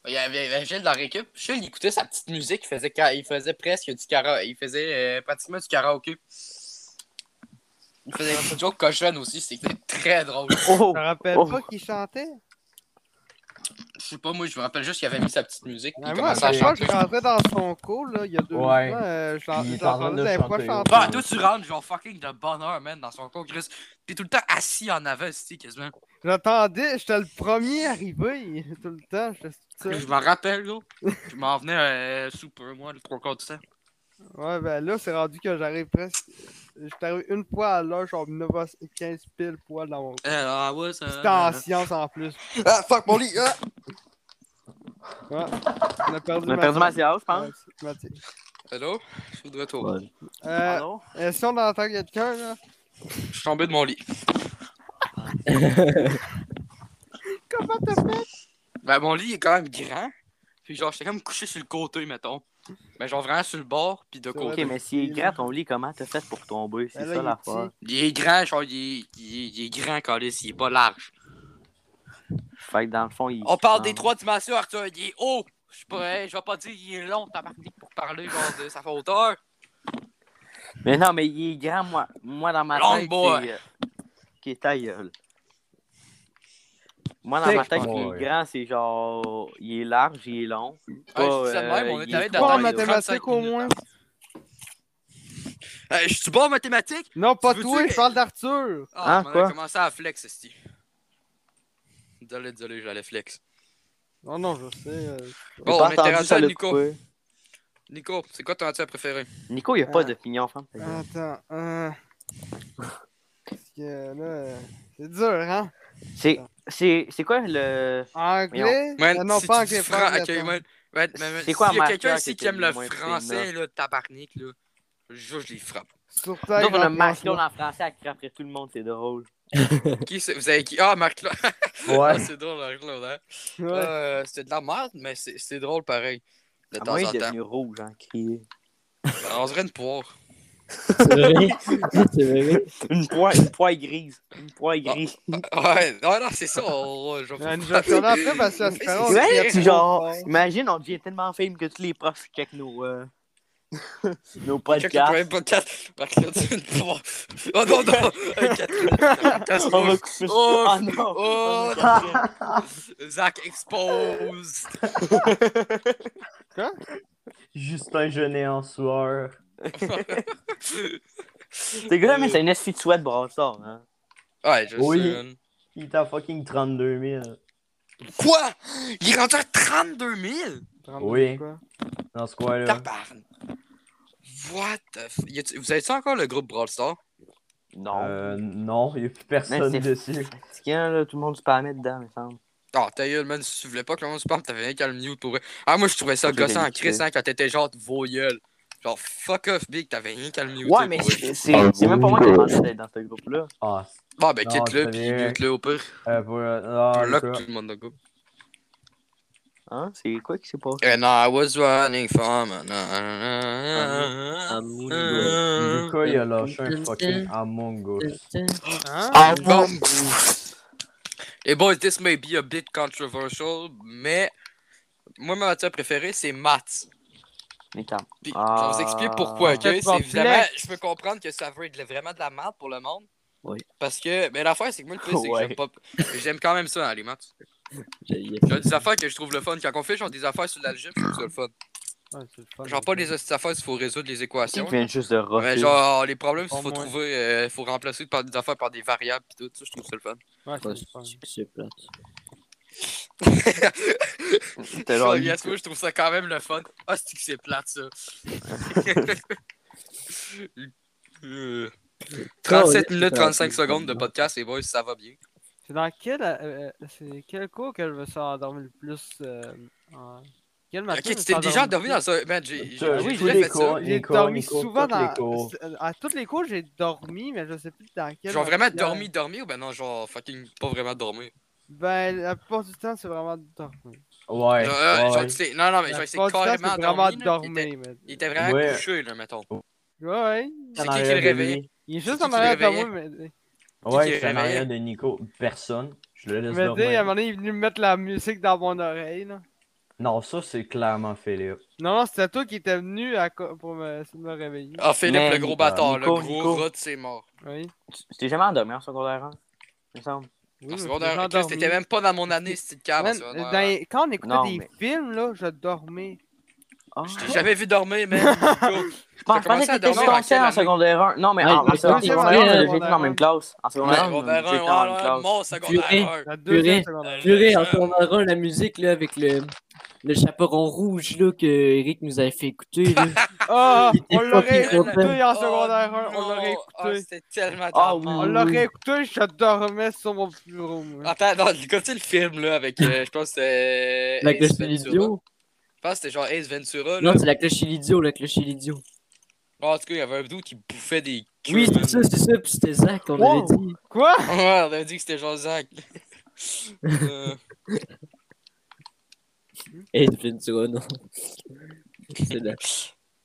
[SPEAKER 1] Il y avait il y avait Gilles dans l'équipe. Gilles, il écoutait sa petite musique. Il faisait, ca- il faisait presque du karaoké. Il faisait euh, pratiquement du karaoké. Il faisait un joke cochon aussi. C'était très drôle.
[SPEAKER 5] Oh!
[SPEAKER 4] Je me rappelle
[SPEAKER 5] Oh.
[SPEAKER 4] pas qui chantait.
[SPEAKER 1] Je sais pas, moi, je me rappelle juste qu'il avait mis sa petite musique. puis
[SPEAKER 4] Mais
[SPEAKER 1] il
[SPEAKER 4] Ben, moi, à
[SPEAKER 1] commençait à
[SPEAKER 4] chaque fois
[SPEAKER 1] chanter.
[SPEAKER 4] que je rentrais dans son cours, là, il y a deux
[SPEAKER 3] Ouais.
[SPEAKER 4] mois, euh, je l'en-
[SPEAKER 3] Il
[SPEAKER 4] je
[SPEAKER 3] est en train
[SPEAKER 4] l'entendais
[SPEAKER 3] de
[SPEAKER 4] des fois
[SPEAKER 3] chanter,
[SPEAKER 4] chanter.
[SPEAKER 1] Bah, toi, tu rentres, genre, fucking de bonheur, man, dans son cours, Chris. T'es tout le temps assis en avant, c'est quasiment.
[SPEAKER 4] J'attendais, j'étais le premier arrivé tout le temps. J'étais ça.
[SPEAKER 1] Je m'en rappelle, là. Je m'en venais euh, super, moi, le trois quarts du temps.
[SPEAKER 4] Ouais, ben là, c'est rendu que j'arrive presque. J'étais arrivé une fois à l'heure, genre 9h15 pile poil dans mon cours.
[SPEAKER 1] Euh, ah ouais, ça.
[SPEAKER 4] C'était en science en plus.
[SPEAKER 1] Ah, fuck mon lit! Ah!
[SPEAKER 4] Ouais. On a perdu
[SPEAKER 5] On a perdu
[SPEAKER 4] Mathieu.
[SPEAKER 5] Mathias, je pense.
[SPEAKER 4] Ouais, Mathieu.
[SPEAKER 1] Hello? Je suis de retour.
[SPEAKER 4] Euh,
[SPEAKER 5] Allô?
[SPEAKER 4] euh, si on entend quelqu'un, là,
[SPEAKER 1] Je suis tombé de mon lit.
[SPEAKER 4] comment t'as fait?
[SPEAKER 1] Ben, mon lit est quand même grand. Puis, genre, j'étais comme couché sur le côté, mettons. Mais, genre, vraiment sur le bord, puis de
[SPEAKER 4] C'est
[SPEAKER 1] côté.
[SPEAKER 5] Ok, mais si est grand ton lit, comment t'as fait pour tomber?
[SPEAKER 4] Ben
[SPEAKER 5] C'est
[SPEAKER 4] là,
[SPEAKER 5] ça
[SPEAKER 4] il est
[SPEAKER 5] l'affaire.
[SPEAKER 1] Il est grand, genre, il est, il est- il est grand, Calis. Il est pas large.
[SPEAKER 5] Fait que dans le fond, il.
[SPEAKER 1] On parle des trois dimensions, Arthur. Il est haut! Je sais pas, hein, je vais pas dire il est long, tabarnak, pour parler, genre, de sa hauteur.
[SPEAKER 5] Mais non, mais il est grand, moi. Moi, dans ma
[SPEAKER 1] Long
[SPEAKER 5] tête.
[SPEAKER 1] boy.
[SPEAKER 5] c'est, euh, Qui est ta gueule. Moi, dans ma tête, il
[SPEAKER 3] Ouais.
[SPEAKER 5] est grand, c'est genre. Il est large, il est long.
[SPEAKER 1] Ouais, je dis ça de même, on
[SPEAKER 5] il
[SPEAKER 1] est allé dans
[SPEAKER 5] trois,
[SPEAKER 4] Pas en
[SPEAKER 1] il y a
[SPEAKER 5] là.
[SPEAKER 4] mathématiques
[SPEAKER 1] 35
[SPEAKER 4] au moins.
[SPEAKER 1] Euh, je suis bon en mathématiques?
[SPEAKER 4] Non, pas
[SPEAKER 1] Tu veux-tu
[SPEAKER 4] toi,
[SPEAKER 1] que-
[SPEAKER 4] je parle d'Arthur.
[SPEAKER 1] Ah,
[SPEAKER 5] Hein,
[SPEAKER 1] on
[SPEAKER 5] quoi?
[SPEAKER 1] a commencé à flex, esti. Désolé, désolé, j'allais flex.
[SPEAKER 4] Non, non, je sais. euh,
[SPEAKER 1] Bon,
[SPEAKER 5] J'ai pas
[SPEAKER 1] Oh, on était
[SPEAKER 5] entendu,
[SPEAKER 1] rendu
[SPEAKER 5] ça
[SPEAKER 1] à
[SPEAKER 5] l'a
[SPEAKER 1] Nico.
[SPEAKER 5] coupé.
[SPEAKER 1] Nico, c'est quoi ton matière préférée?
[SPEAKER 5] Nico, il a
[SPEAKER 4] Ah.
[SPEAKER 5] pas d'opinion, femme.
[SPEAKER 4] Attends, euh... Parce que là, euh, c'est dur, hein?
[SPEAKER 5] C'est. C'est c'est quoi le.
[SPEAKER 4] Anglais?
[SPEAKER 1] Man,
[SPEAKER 4] Ah non,
[SPEAKER 1] si
[SPEAKER 4] pas
[SPEAKER 1] tu dis
[SPEAKER 4] anglais,
[SPEAKER 1] fran-
[SPEAKER 4] pas anglais.
[SPEAKER 1] ok, man, man, man, man,
[SPEAKER 5] C'est quoi
[SPEAKER 1] S'il y
[SPEAKER 5] un
[SPEAKER 1] a quelqu'un
[SPEAKER 5] marqueur
[SPEAKER 1] ici
[SPEAKER 5] que
[SPEAKER 1] qui aime
[SPEAKER 5] t'as
[SPEAKER 1] le
[SPEAKER 5] le moins
[SPEAKER 1] français,
[SPEAKER 5] pris,
[SPEAKER 1] là, tabarnak, là, je, je les frappe.
[SPEAKER 4] Surtout
[SPEAKER 5] Nous,
[SPEAKER 4] avec
[SPEAKER 5] on a
[SPEAKER 4] l'anglais en ce
[SPEAKER 5] Marcelo
[SPEAKER 4] moment.
[SPEAKER 5] en français à crier après tout le monde, c'est drôle.
[SPEAKER 1] qui, c'est- vous avez qui? Ah, Marc-Claude! Ah, c'est drôle, Marc-Claude, hein?
[SPEAKER 4] Ouais.
[SPEAKER 1] Euh, C'était de la merde, mais c'est c'est drôle pareil. De
[SPEAKER 5] À
[SPEAKER 1] temps
[SPEAKER 5] Ah, moi, il
[SPEAKER 1] en
[SPEAKER 5] est
[SPEAKER 1] temps.
[SPEAKER 5] devenu rouge en crier.
[SPEAKER 1] On dirait une poire.
[SPEAKER 2] C'est vrai. C'est vrai.
[SPEAKER 5] Une poire, une poire grise. Une poire
[SPEAKER 1] Ah.
[SPEAKER 5] grise.
[SPEAKER 1] Ouais, non, non, c'est ça. on- je vais
[SPEAKER 4] Ouais,
[SPEAKER 1] vous
[SPEAKER 4] nous
[SPEAKER 1] frapper.
[SPEAKER 4] attendons après parce que la
[SPEAKER 1] Mais c'est
[SPEAKER 4] différence,
[SPEAKER 1] vrai, hein?
[SPEAKER 4] c'est
[SPEAKER 5] Ouais,
[SPEAKER 4] qu'il Oh, y a
[SPEAKER 5] genre,
[SPEAKER 4] trop de monde.
[SPEAKER 5] imagine, on devient tellement fame que tous les profs check nos, euh, nos
[SPEAKER 1] Check le
[SPEAKER 5] podcasts.
[SPEAKER 1] premier podcast. Marc-Claude, c'est une poire. Oh non, non! Hey, Catherine, Catherine,
[SPEAKER 5] On va couper ça.
[SPEAKER 1] Oh,
[SPEAKER 5] Ah non!
[SPEAKER 1] oh,
[SPEAKER 5] Catherine.
[SPEAKER 1] Zach expose.
[SPEAKER 3] Justin Genet en sueur.
[SPEAKER 5] C'est gars, mais c'est une SFI de sweat brassard, hein.
[SPEAKER 1] Ouais, je
[SPEAKER 3] Oui.
[SPEAKER 1] sais. man.
[SPEAKER 3] Il est à fucking 32 000.
[SPEAKER 1] Quoi? Il est rendu à 32 000?
[SPEAKER 3] Oui.
[SPEAKER 4] Quoi?
[SPEAKER 3] Dans ce coin-là.
[SPEAKER 1] Tabarn. What the f... Y a-tu- Vous avez ça encore le groupe Brawl Stars?
[SPEAKER 5] Non.
[SPEAKER 3] Euh, non, il n'y a plus personne
[SPEAKER 5] Mais c'est-
[SPEAKER 3] dessus.
[SPEAKER 5] Tiens, là, tout le monde se permet dedans, il me semble.
[SPEAKER 1] Ah, ta gueule, man, si tu voulais pas que le monde se parle, t'avais rien qu'à le mute pour vrai. Ah, moi, je trouvais ça
[SPEAKER 5] Je
[SPEAKER 1] gossant
[SPEAKER 5] l'ai
[SPEAKER 1] en Chris,
[SPEAKER 5] muté.
[SPEAKER 1] hein, quand t'étais genre de vos gueules. Genre, fuck off, big, t'avais rien qu'à le mute.
[SPEAKER 5] Ouais, mais c'est c'est- c'est même pas moi qui ai pensé d'être dans ce groupe-là.
[SPEAKER 3] Ah, c'est-
[SPEAKER 1] Bah, ben,
[SPEAKER 3] Non,
[SPEAKER 1] quitte-le,
[SPEAKER 3] c'est
[SPEAKER 1] pis
[SPEAKER 3] vrai.
[SPEAKER 1] mute-le au pire.
[SPEAKER 3] euh, pour- ah,
[SPEAKER 1] Bloque
[SPEAKER 3] le-
[SPEAKER 1] tout le monde de groupe.
[SPEAKER 5] Hein? C'est quoi qui s'est passé?
[SPEAKER 1] And I was running from. an- Ah,
[SPEAKER 2] Mm-hmm.
[SPEAKER 3] Lucas, il a lâché un fucking Among Us.
[SPEAKER 4] Hein?
[SPEAKER 1] bon. Et bon, this may be a bit controversial, mais moi, ma matière préférée, c'est maths.
[SPEAKER 5] Mais t'as-
[SPEAKER 1] Puis,
[SPEAKER 5] Ah.
[SPEAKER 1] Je vais vous expliquer pourquoi, ok?
[SPEAKER 4] Quel
[SPEAKER 1] C'est évidemment,
[SPEAKER 4] complexe.
[SPEAKER 1] je peux comprendre que ça veut être vraiment de la merde pour le monde.
[SPEAKER 2] Oui.
[SPEAKER 1] Parce que, mais l'affaire, c'est que moi, le truc, c'est que
[SPEAKER 5] Ouais.
[SPEAKER 1] j'aime pas. J'aime quand même ça, hein, les maths. Il y a des affaires que je trouve le fun. Quand on fait genre des affaires sur l'algèbre, je trouve ça le fun.
[SPEAKER 4] Ouais, c'est le fun.
[SPEAKER 1] Genre pas des hosties affaires, il faut résoudre les
[SPEAKER 5] Tu
[SPEAKER 1] équations.
[SPEAKER 5] viens juste de
[SPEAKER 1] Mais
[SPEAKER 5] rocher.
[SPEAKER 1] genre, les problèmes,
[SPEAKER 4] Au
[SPEAKER 1] il faut
[SPEAKER 4] moins.
[SPEAKER 1] trouver, euh, faut remplacer par des affaires par des variables, pis tout ça, je trouve ça le fun.
[SPEAKER 4] Ouais, c'est
[SPEAKER 2] Ouais,
[SPEAKER 4] le fun.
[SPEAKER 2] c'est- C'est plate.
[SPEAKER 5] T'as genre
[SPEAKER 1] Ça,
[SPEAKER 5] huit-
[SPEAKER 1] yes, moi, je trouve ça quand même le fun. Ah, c'est que c'est plate, ça. Euh, 37 minutes, 35 secondes de podcast, et boys, ça va bien.
[SPEAKER 4] C'est dans quel, euh, c'est quel cours que je me suis endormi le plus? Euh, en... Quel matin?
[SPEAKER 1] Ok, tu t'es déjà endormi dans ça. Man, j'ai
[SPEAKER 3] T'as-
[SPEAKER 1] j'ai-
[SPEAKER 4] Ah oui,
[SPEAKER 1] j'ai
[SPEAKER 4] tous
[SPEAKER 1] déjà
[SPEAKER 4] les
[SPEAKER 1] fait
[SPEAKER 3] cours.
[SPEAKER 1] ça.
[SPEAKER 4] J'ai
[SPEAKER 3] Nico,
[SPEAKER 4] dormi
[SPEAKER 3] Nico,
[SPEAKER 4] souvent
[SPEAKER 3] toutes les
[SPEAKER 4] dans.
[SPEAKER 3] cours.
[SPEAKER 4] c'est- euh, À toutes les cours, j'ai dormi, mais je sais plus dans quel.
[SPEAKER 1] Genre vraiment
[SPEAKER 4] matière.
[SPEAKER 1] dormi, dormi, ou ben non, genre fucking pas vraiment dormi.
[SPEAKER 4] Ben, la plupart du temps, c'est vraiment dormi.
[SPEAKER 3] Ouais,
[SPEAKER 1] Genre, euh, genre,
[SPEAKER 3] ouais.
[SPEAKER 1] tu sais, non, non, mais
[SPEAKER 4] La
[SPEAKER 1] genre, c'est
[SPEAKER 4] plupart du temps,
[SPEAKER 1] carrément
[SPEAKER 4] c'est vraiment
[SPEAKER 1] dormi. là, il était-
[SPEAKER 4] dormi, mais.
[SPEAKER 1] Il était vraiment
[SPEAKER 3] Ouais.
[SPEAKER 1] couché, là, mettons.
[SPEAKER 4] Ouais,
[SPEAKER 1] C'est
[SPEAKER 3] En
[SPEAKER 1] qui qui
[SPEAKER 3] arrière
[SPEAKER 1] le
[SPEAKER 3] de
[SPEAKER 1] réveillait?
[SPEAKER 3] lui.
[SPEAKER 4] il est juste
[SPEAKER 1] qui
[SPEAKER 4] en
[SPEAKER 1] qui
[SPEAKER 4] arrière
[SPEAKER 1] réveillait?
[SPEAKER 4] de moi, mais.
[SPEAKER 3] Ouais,
[SPEAKER 1] qui
[SPEAKER 3] je suis en
[SPEAKER 1] réveillait?
[SPEAKER 3] arrière de Nico. Personne. Je le laisse
[SPEAKER 4] Mais tu sais, à
[SPEAKER 3] dormir.
[SPEAKER 4] un moment donné, il est venu me mettre la musique dans mon oreille, là.
[SPEAKER 3] Non, ça, c'est clairement Philippe.
[SPEAKER 4] Non, non, c'était toi qui étais venu à co- pour me, me réveiller.
[SPEAKER 1] Ah, Philippe,
[SPEAKER 5] Mais
[SPEAKER 1] le gros
[SPEAKER 3] Nico,
[SPEAKER 1] bâtard, le
[SPEAKER 5] Nico,
[SPEAKER 1] gros
[SPEAKER 5] Nico.
[SPEAKER 1] rot, c'est mort.
[SPEAKER 4] Oui.
[SPEAKER 5] Tu t'es jamais endormi en secondaire 1, il me semble.
[SPEAKER 4] Oui,
[SPEAKER 1] en
[SPEAKER 4] je
[SPEAKER 1] secondaire,
[SPEAKER 4] me suis
[SPEAKER 1] Chris, t'étais
[SPEAKER 4] endormi.
[SPEAKER 1] même pas dans mon année, cette cave. en
[SPEAKER 4] Man,
[SPEAKER 1] secondaire.
[SPEAKER 4] dans les- Quand on écoutait
[SPEAKER 5] Non,
[SPEAKER 4] des
[SPEAKER 5] mais-
[SPEAKER 4] films, là, je dormais.
[SPEAKER 5] Ah,
[SPEAKER 1] Je t'ai jamais vu dormir, man. Nico.
[SPEAKER 5] je pense- je
[SPEAKER 1] commencé
[SPEAKER 5] pensais
[SPEAKER 1] à
[SPEAKER 5] que t'étais
[SPEAKER 1] dormir en quelle
[SPEAKER 5] distancié en
[SPEAKER 1] année?
[SPEAKER 5] secondaire 1. Non, mais
[SPEAKER 2] Ouais,
[SPEAKER 5] en, en
[SPEAKER 2] je
[SPEAKER 5] secondaire 1,
[SPEAKER 4] pensais
[SPEAKER 5] j'ai
[SPEAKER 4] vraiment en
[SPEAKER 5] été
[SPEAKER 4] secondaire
[SPEAKER 5] dans la
[SPEAKER 4] un.
[SPEAKER 5] même classe. En secondaire 1,
[SPEAKER 1] Secondaire
[SPEAKER 5] j'étais
[SPEAKER 1] un, ouais, ouais,
[SPEAKER 5] en classe.
[SPEAKER 1] mon secondaire un. Euh,
[SPEAKER 4] La deuxième
[SPEAKER 2] Purée.
[SPEAKER 4] secondaire.
[SPEAKER 2] Purée, en tournant la musique là, avec le, le chaperon rouge là, que Eric nous avait fait écouter. Là.
[SPEAKER 4] Ah,
[SPEAKER 2] Il était
[SPEAKER 4] on l'aurait
[SPEAKER 2] fucking content.
[SPEAKER 4] écouté en
[SPEAKER 1] Oh,
[SPEAKER 4] secondaire 1, on
[SPEAKER 1] non.
[SPEAKER 4] l'aurait
[SPEAKER 1] Ah,
[SPEAKER 4] écouté.
[SPEAKER 1] C'était tellement de
[SPEAKER 5] Ah,
[SPEAKER 1] la merde.
[SPEAKER 4] On l'aurait écouté, je dormais sur mon bureau. moi.
[SPEAKER 1] Attends, non, écoute le film, là, avec, euh, je pense que c'était...
[SPEAKER 2] la cloche
[SPEAKER 1] Ace
[SPEAKER 2] et
[SPEAKER 1] Ventura.
[SPEAKER 2] l'idiot.
[SPEAKER 1] Je pense que c'était genre Ace Ventura, là.
[SPEAKER 2] Non, c'est la cloche et l'idiot, la cloche et l'idiot.
[SPEAKER 1] en tout cas, il y avait un doute qui bouffait des queues,
[SPEAKER 2] Oui,
[SPEAKER 1] man.
[SPEAKER 2] c'est ça, c'est ça, puis c'était Zach qu'on
[SPEAKER 4] Wow.
[SPEAKER 2] avait dit.
[SPEAKER 4] Quoi?
[SPEAKER 1] Ouais, on a dit que c'était genre Zach. Euh,
[SPEAKER 2] Et Ventura, non. c'est la,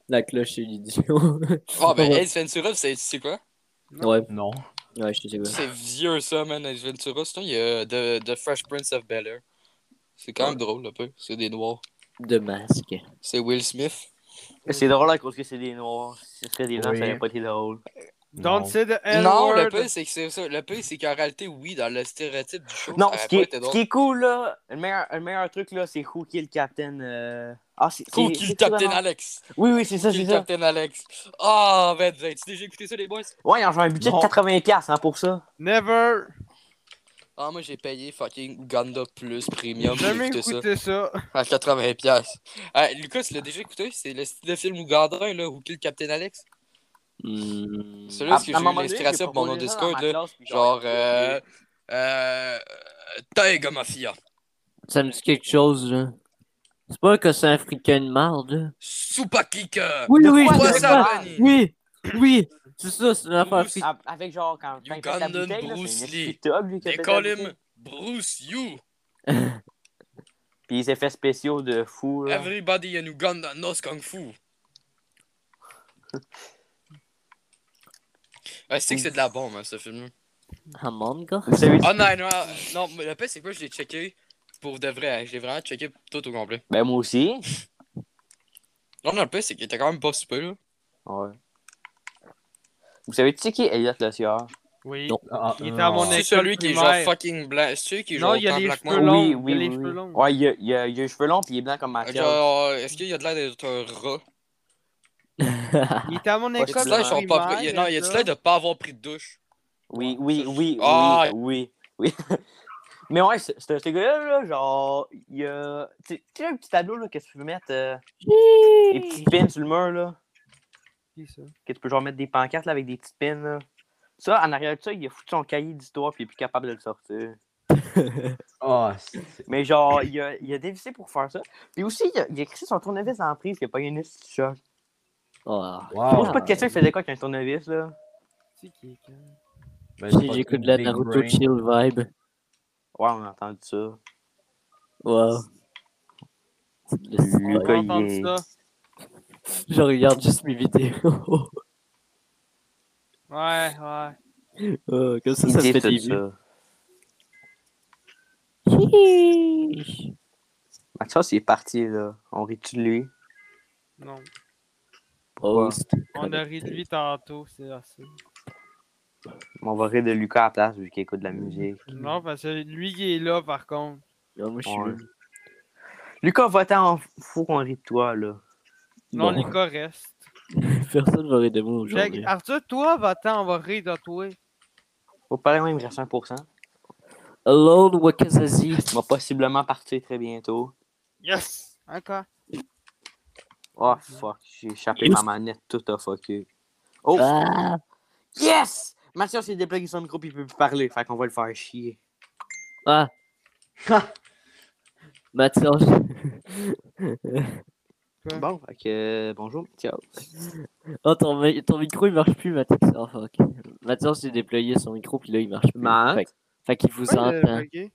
[SPEAKER 2] la cloche et l'idiot.
[SPEAKER 1] Oh, ben, Ace Ventura, c'est c'est quoi?
[SPEAKER 2] ouais,
[SPEAKER 3] Non.
[SPEAKER 2] ouais, je sais pas.
[SPEAKER 1] C'est vieux, ça, man, Ace Ventura. Sinon, il y a The, The Fresh Prince of Bel-Air. C'est quand même drôle, un peu. C'est des noirs.
[SPEAKER 2] De masque.
[SPEAKER 1] C'est Will Smith.
[SPEAKER 5] C'est drôle à cause que c'est des noirs. Si ce serait des blancs,
[SPEAKER 3] Oui.
[SPEAKER 5] ça aurait pas été drôle.
[SPEAKER 3] Non.
[SPEAKER 4] Don't say the N
[SPEAKER 1] Non, le
[SPEAKER 4] word.
[SPEAKER 1] pire, c'est que c'est ça. Le pire, c'est qu'en réalité, oui, dans le stéréotype du show,
[SPEAKER 5] Non,
[SPEAKER 1] ça
[SPEAKER 5] ce
[SPEAKER 1] aurait
[SPEAKER 5] qui,
[SPEAKER 1] pas
[SPEAKER 5] est,
[SPEAKER 1] été
[SPEAKER 5] ce
[SPEAKER 1] drôle.
[SPEAKER 5] qui est cool, là, le meilleur, le meilleur truc, là, c'est Who Killed Captain. euh, Ah, c'est.
[SPEAKER 1] Cool,
[SPEAKER 5] c'est-
[SPEAKER 1] Kill
[SPEAKER 5] c'est-
[SPEAKER 1] Captain Alex.
[SPEAKER 5] Oui, oui, c'est ça,
[SPEAKER 1] Kill
[SPEAKER 5] c'est ça.
[SPEAKER 1] Captain Alex. Ah, ben, vous avez-tu déjà écouté ça, les boys?
[SPEAKER 5] Ouais, ils ont un budget
[SPEAKER 3] Non.
[SPEAKER 5] de 80$ hein, pour ça.
[SPEAKER 4] Never.
[SPEAKER 1] Ah, moi, j'ai payé fucking Uganda Plus Premium. J'ai
[SPEAKER 4] Jamais
[SPEAKER 1] écouté ça.
[SPEAKER 4] écouté ça.
[SPEAKER 1] À 80$. piastres. Ah, Lucas, tu l'as déjà écouté? C'est le style de film ougandais, là, où Kill Captain Alex.
[SPEAKER 2] Hmm.
[SPEAKER 1] Celui-là,
[SPEAKER 5] À-
[SPEAKER 1] parce que
[SPEAKER 5] à
[SPEAKER 1] j'ai
[SPEAKER 5] un moment
[SPEAKER 1] eu
[SPEAKER 5] donné, j'ai
[SPEAKER 1] l'inspiration pour mon nom
[SPEAKER 5] proposé ça dans ma
[SPEAKER 1] Discord, là.
[SPEAKER 5] classe, puis
[SPEAKER 1] Genre, euh. Euh. Taiga Mafia.
[SPEAKER 2] Ça me dit quelque chose, là. C'est pas un cossin africain de marde, là.
[SPEAKER 1] Supakika.
[SPEAKER 2] Oui, oui,
[SPEAKER 5] quoi,
[SPEAKER 2] je
[SPEAKER 5] de
[SPEAKER 2] sais
[SPEAKER 5] quoi?
[SPEAKER 2] pas. Oui, oui, c'est ça, c'est une affaire
[SPEAKER 1] Bruce-
[SPEAKER 2] africaine.
[SPEAKER 5] Ah, Avec genre, quand quand il pète la
[SPEAKER 1] Ugandan
[SPEAKER 5] bouteille, là,
[SPEAKER 1] Bruce
[SPEAKER 5] c'est une
[SPEAKER 1] Lee.
[SPEAKER 5] petite tube, lui, qui a
[SPEAKER 1] They
[SPEAKER 5] pété
[SPEAKER 1] call
[SPEAKER 5] la
[SPEAKER 1] him
[SPEAKER 5] bouteille.
[SPEAKER 1] Bruce You.
[SPEAKER 5] Puis les effets spéciaux de fou, là.
[SPEAKER 1] Everybody in Uganda knows Kung Fu. Ouais, c'est que c'est de la bombe, hein, ce film.
[SPEAKER 2] Ah, mon gars.
[SPEAKER 5] Vous savez-
[SPEAKER 1] Oh non, non, non, mais le pire, c'est que moi, je l'ai checké pour de vrai. hein. Je l'ai vraiment checké tout au complet.
[SPEAKER 5] Ben, moi aussi.
[SPEAKER 1] Non, non, le pire, c'est qu'il était quand même pas super, là.
[SPEAKER 5] Ouais. Vous savez, tu sais qui est Elliot Le Sieur?
[SPEAKER 4] Oui.
[SPEAKER 2] Non.
[SPEAKER 3] Ah,
[SPEAKER 4] Il était à mon
[SPEAKER 3] non.
[SPEAKER 4] école
[SPEAKER 1] C'est celui qui est genre
[SPEAKER 4] primaire.
[SPEAKER 1] fucking blanc. C'est celui qui est
[SPEAKER 4] Non,
[SPEAKER 1] genre
[SPEAKER 4] il y a
[SPEAKER 1] autant
[SPEAKER 4] les
[SPEAKER 1] blanc que
[SPEAKER 4] cheveux
[SPEAKER 1] moi.
[SPEAKER 4] longs, il a les cheveux longs.
[SPEAKER 5] Ouais, il a, il, a, il a les cheveux longs, puis il est blanc comme ma
[SPEAKER 1] Genre, est-ce qu'il y a de l'air d'être un rat?
[SPEAKER 4] Il était à mon
[SPEAKER 1] Il y a
[SPEAKER 4] école.
[SPEAKER 1] de l'air de sont pas
[SPEAKER 4] primaire,
[SPEAKER 1] pris- Non, il y a de
[SPEAKER 4] ça.
[SPEAKER 1] l'air de pas avoir pris de douche.
[SPEAKER 5] Oui, oui, oui,
[SPEAKER 1] Ah!
[SPEAKER 5] oui, oui, oui. Mais ouais, ce ce- ce gars-là, là, genre, il y a... Tu tu sais, un petit tableau, là, que tu peux mettre... euh, des petites pins sur le mur, là.
[SPEAKER 4] Qui, ça?
[SPEAKER 5] Que tu peux genre mettre des pancartes, là, avec des petites pins, là. Ça, en arrière de ça, il a foutu son cahier d'histoire, puis il est plus capable de le sortir.
[SPEAKER 3] Ah, c'est-
[SPEAKER 5] Mais genre, il a, il a dévissé pour faire ça. Puis aussi, il a, il a crissé son tournevis dans la prise, il a pas eu une petite choc.
[SPEAKER 2] Oh.
[SPEAKER 3] wow.
[SPEAKER 5] Je pose pas de question, il faisait quoi avec un tournevis, là?
[SPEAKER 4] C'est qui, quand?
[SPEAKER 3] Ben,
[SPEAKER 2] Si
[SPEAKER 3] c'est
[SPEAKER 2] J'écoute de
[SPEAKER 3] pas
[SPEAKER 2] la
[SPEAKER 3] Big
[SPEAKER 2] Naruto
[SPEAKER 3] Brain.
[SPEAKER 2] Chill vibe.
[SPEAKER 5] Ouais, on a entendu ça.
[SPEAKER 2] Wow.
[SPEAKER 5] Lucas,
[SPEAKER 4] On va
[SPEAKER 5] il
[SPEAKER 4] entendre
[SPEAKER 5] est-
[SPEAKER 4] ça.
[SPEAKER 2] Je regarde juste mes vidéos.
[SPEAKER 4] Ouais, ouais.
[SPEAKER 2] Oh, comme ça,
[SPEAKER 5] Il
[SPEAKER 2] ça me
[SPEAKER 5] dit
[SPEAKER 2] fait
[SPEAKER 5] tout
[SPEAKER 2] des vues.
[SPEAKER 5] ça. Mathias, il est Bah, parti, là. On rit-tu de lui?
[SPEAKER 4] Non.
[SPEAKER 2] Post.
[SPEAKER 4] On a ri de lui tantôt, c'est assez.
[SPEAKER 5] On va rire de Lucas à la place, vu qu'il écoute de la musique.
[SPEAKER 4] Non, parce que lui, il est là, par contre.
[SPEAKER 2] Non, Oh, moi, je suis
[SPEAKER 5] Ouais.
[SPEAKER 2] là.
[SPEAKER 5] Lucas, va-t'en, faut qu'on rit de toi, là.
[SPEAKER 4] Non,
[SPEAKER 2] Bon.
[SPEAKER 4] Lucas reste.
[SPEAKER 2] Personne va rire de moi
[SPEAKER 4] Jack,
[SPEAKER 2] aujourd'hui.
[SPEAKER 4] Arthur, toi, va-t'en, on va rire de toi.
[SPEAKER 5] Au pareil, il me reste 1%.
[SPEAKER 4] ah.
[SPEAKER 2] Alone Wakazazi.
[SPEAKER 5] Il va possiblement partir très bientôt.
[SPEAKER 4] Yes! Encore.
[SPEAKER 5] Oh, fuck, j'ai échappé
[SPEAKER 2] Yes.
[SPEAKER 5] ma manette, tout a fucké. Oh,
[SPEAKER 2] Ah,
[SPEAKER 5] yes! Mathias, il déplugué son micro, puis il peut plus parler, fait qu'on va le faire chier.
[SPEAKER 2] ah. Mathias.
[SPEAKER 4] Ouais.
[SPEAKER 5] Bon, fait que, euh, bonjour, Mathias.
[SPEAKER 2] Oh, ton, mi- ton micro il marche plus, Mathias. Oh, fuck. Mathias s'est déployé son micro, puis là il marche plus.
[SPEAKER 5] Matt?
[SPEAKER 2] Fait, fait qu'il vous
[SPEAKER 4] Ouais,
[SPEAKER 2] entend.
[SPEAKER 4] euh, ok.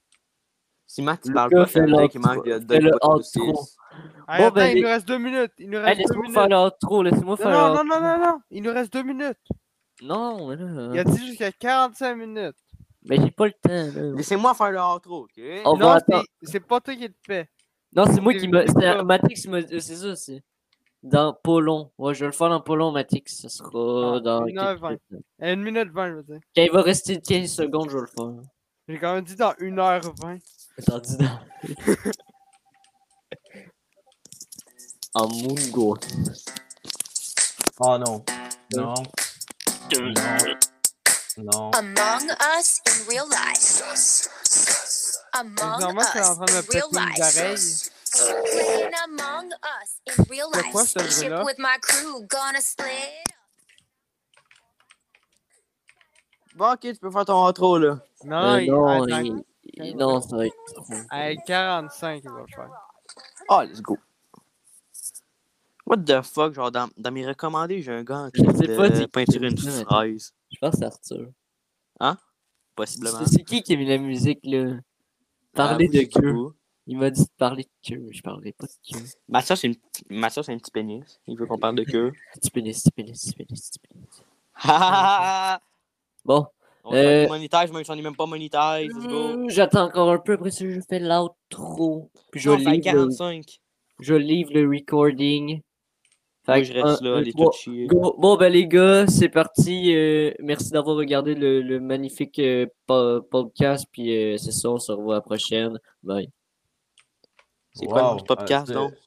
[SPEAKER 5] Si Matt, tu
[SPEAKER 2] Lucas
[SPEAKER 5] parles pas, ça
[SPEAKER 2] fait
[SPEAKER 5] veut dire
[SPEAKER 2] l'intro-
[SPEAKER 5] qu'il manque de
[SPEAKER 2] fait le
[SPEAKER 5] de quoi de
[SPEAKER 2] outro.
[SPEAKER 5] saucisse.
[SPEAKER 4] Hey,
[SPEAKER 2] Bon,
[SPEAKER 4] attends,
[SPEAKER 2] ben,
[SPEAKER 4] il
[SPEAKER 2] les-
[SPEAKER 4] nous reste deux minutes. Il nous
[SPEAKER 2] Hey,
[SPEAKER 4] reste
[SPEAKER 2] Eh,
[SPEAKER 4] deux
[SPEAKER 2] laisse-moi
[SPEAKER 4] minutes.
[SPEAKER 2] faire l'outro, laisse-moi faire
[SPEAKER 4] Non, non,
[SPEAKER 2] l'outro.
[SPEAKER 4] non, non, non. Il nous reste deux minutes.
[SPEAKER 2] Non, mais là.
[SPEAKER 4] Il a dit jusqu'à 45 minutes.
[SPEAKER 2] Mais j'ai pas le temps, là.
[SPEAKER 5] Laissez-moi faire le outro, ok?
[SPEAKER 2] On
[SPEAKER 4] non,
[SPEAKER 2] va
[SPEAKER 4] c'est-
[SPEAKER 2] attendre.
[SPEAKER 4] c'est pas toi qui le fais.
[SPEAKER 2] Non, c'est moi qui me.
[SPEAKER 4] Ok,
[SPEAKER 2] C'est
[SPEAKER 4] pas.
[SPEAKER 2] Matix, qui m'a- c'est ça, c'est. Dans Polon. Ouais, je vais le faire dans Polon, Matix. Ça sera
[SPEAKER 4] Ah,
[SPEAKER 2] dans.
[SPEAKER 4] une heure
[SPEAKER 2] quelques
[SPEAKER 4] vingt.
[SPEAKER 2] minutes.
[SPEAKER 4] À Euh, une minute 20, je veux dire.
[SPEAKER 2] Quand il va rester 15 secondes, je vais le faire.
[SPEAKER 4] J'ai quand même dit dans 1h20.
[SPEAKER 2] Tandis dans. en Mungo.
[SPEAKER 3] Oh non. Non. Non.
[SPEAKER 7] Among Us in real life. Among
[SPEAKER 4] Bizarrement, c'est en train de me
[SPEAKER 7] Us in
[SPEAKER 4] péter
[SPEAKER 7] real
[SPEAKER 4] les
[SPEAKER 7] life.
[SPEAKER 4] oreilles.
[SPEAKER 7] Playing Among Us in real
[SPEAKER 4] C'est quoi, ce
[SPEAKER 7] life. Ship
[SPEAKER 4] bruit-là?
[SPEAKER 7] with my crew, gonna split.
[SPEAKER 5] Bon, ok, tu peux faire ton intro, là. Ah,
[SPEAKER 4] Non,
[SPEAKER 2] Euh,
[SPEAKER 4] il-
[SPEAKER 2] non,
[SPEAKER 4] attends.
[SPEAKER 2] il- il- non, ça va être trop.
[SPEAKER 4] Hey, 45, il va le faire.
[SPEAKER 5] Ah, let's go. What the fuck, genre, dans, dans mes recommandés, j'ai un gars
[SPEAKER 2] Je
[SPEAKER 5] qui
[SPEAKER 2] sais pas,
[SPEAKER 5] de
[SPEAKER 2] dis-
[SPEAKER 5] peinture une
[SPEAKER 2] dis- dis-
[SPEAKER 5] fraise,
[SPEAKER 2] Je pense que c'est Arthur.
[SPEAKER 5] possiblement.
[SPEAKER 2] C'est- C'est qui qui a mis la musique, là Parler
[SPEAKER 5] Ah,
[SPEAKER 2] de
[SPEAKER 5] du
[SPEAKER 2] queue.
[SPEAKER 5] coup.
[SPEAKER 2] Il m'a dit de parler de queue, mais je parlais pas de queue.
[SPEAKER 5] Mathias, c'est une... Mathias, c'est un petit pénis. Il veut qu'on parle de queue.
[SPEAKER 2] Petit pénis, petit pénis, petit pénis, petit pénis.
[SPEAKER 5] Ha, ha, ha, ha.
[SPEAKER 2] Bon,
[SPEAKER 5] On euh...
[SPEAKER 2] ah, Euh.
[SPEAKER 5] monétage, même si on est même pas monétage. Let's go.
[SPEAKER 2] Hmm, j'attends encore un peu, après ça, je fais l'outro. Puis je
[SPEAKER 5] On fait à
[SPEAKER 2] livre, le-
[SPEAKER 5] 45.
[SPEAKER 2] je livre le recording. Fait
[SPEAKER 5] Moi,
[SPEAKER 2] que
[SPEAKER 5] je reste
[SPEAKER 2] un,
[SPEAKER 5] là,
[SPEAKER 2] deux,
[SPEAKER 5] les
[SPEAKER 2] trois,
[SPEAKER 5] tout chier.
[SPEAKER 2] Go. Bon, ben les gars, c'est parti. euh, merci d'avoir regardé le, le magnifique euh, po- podcast. Puis euh, c'est ça, on se revoit à la prochaine. Bye.
[SPEAKER 5] C'est quoi le
[SPEAKER 3] Wow.
[SPEAKER 5] podcast,
[SPEAKER 3] Euh,
[SPEAKER 5] donc?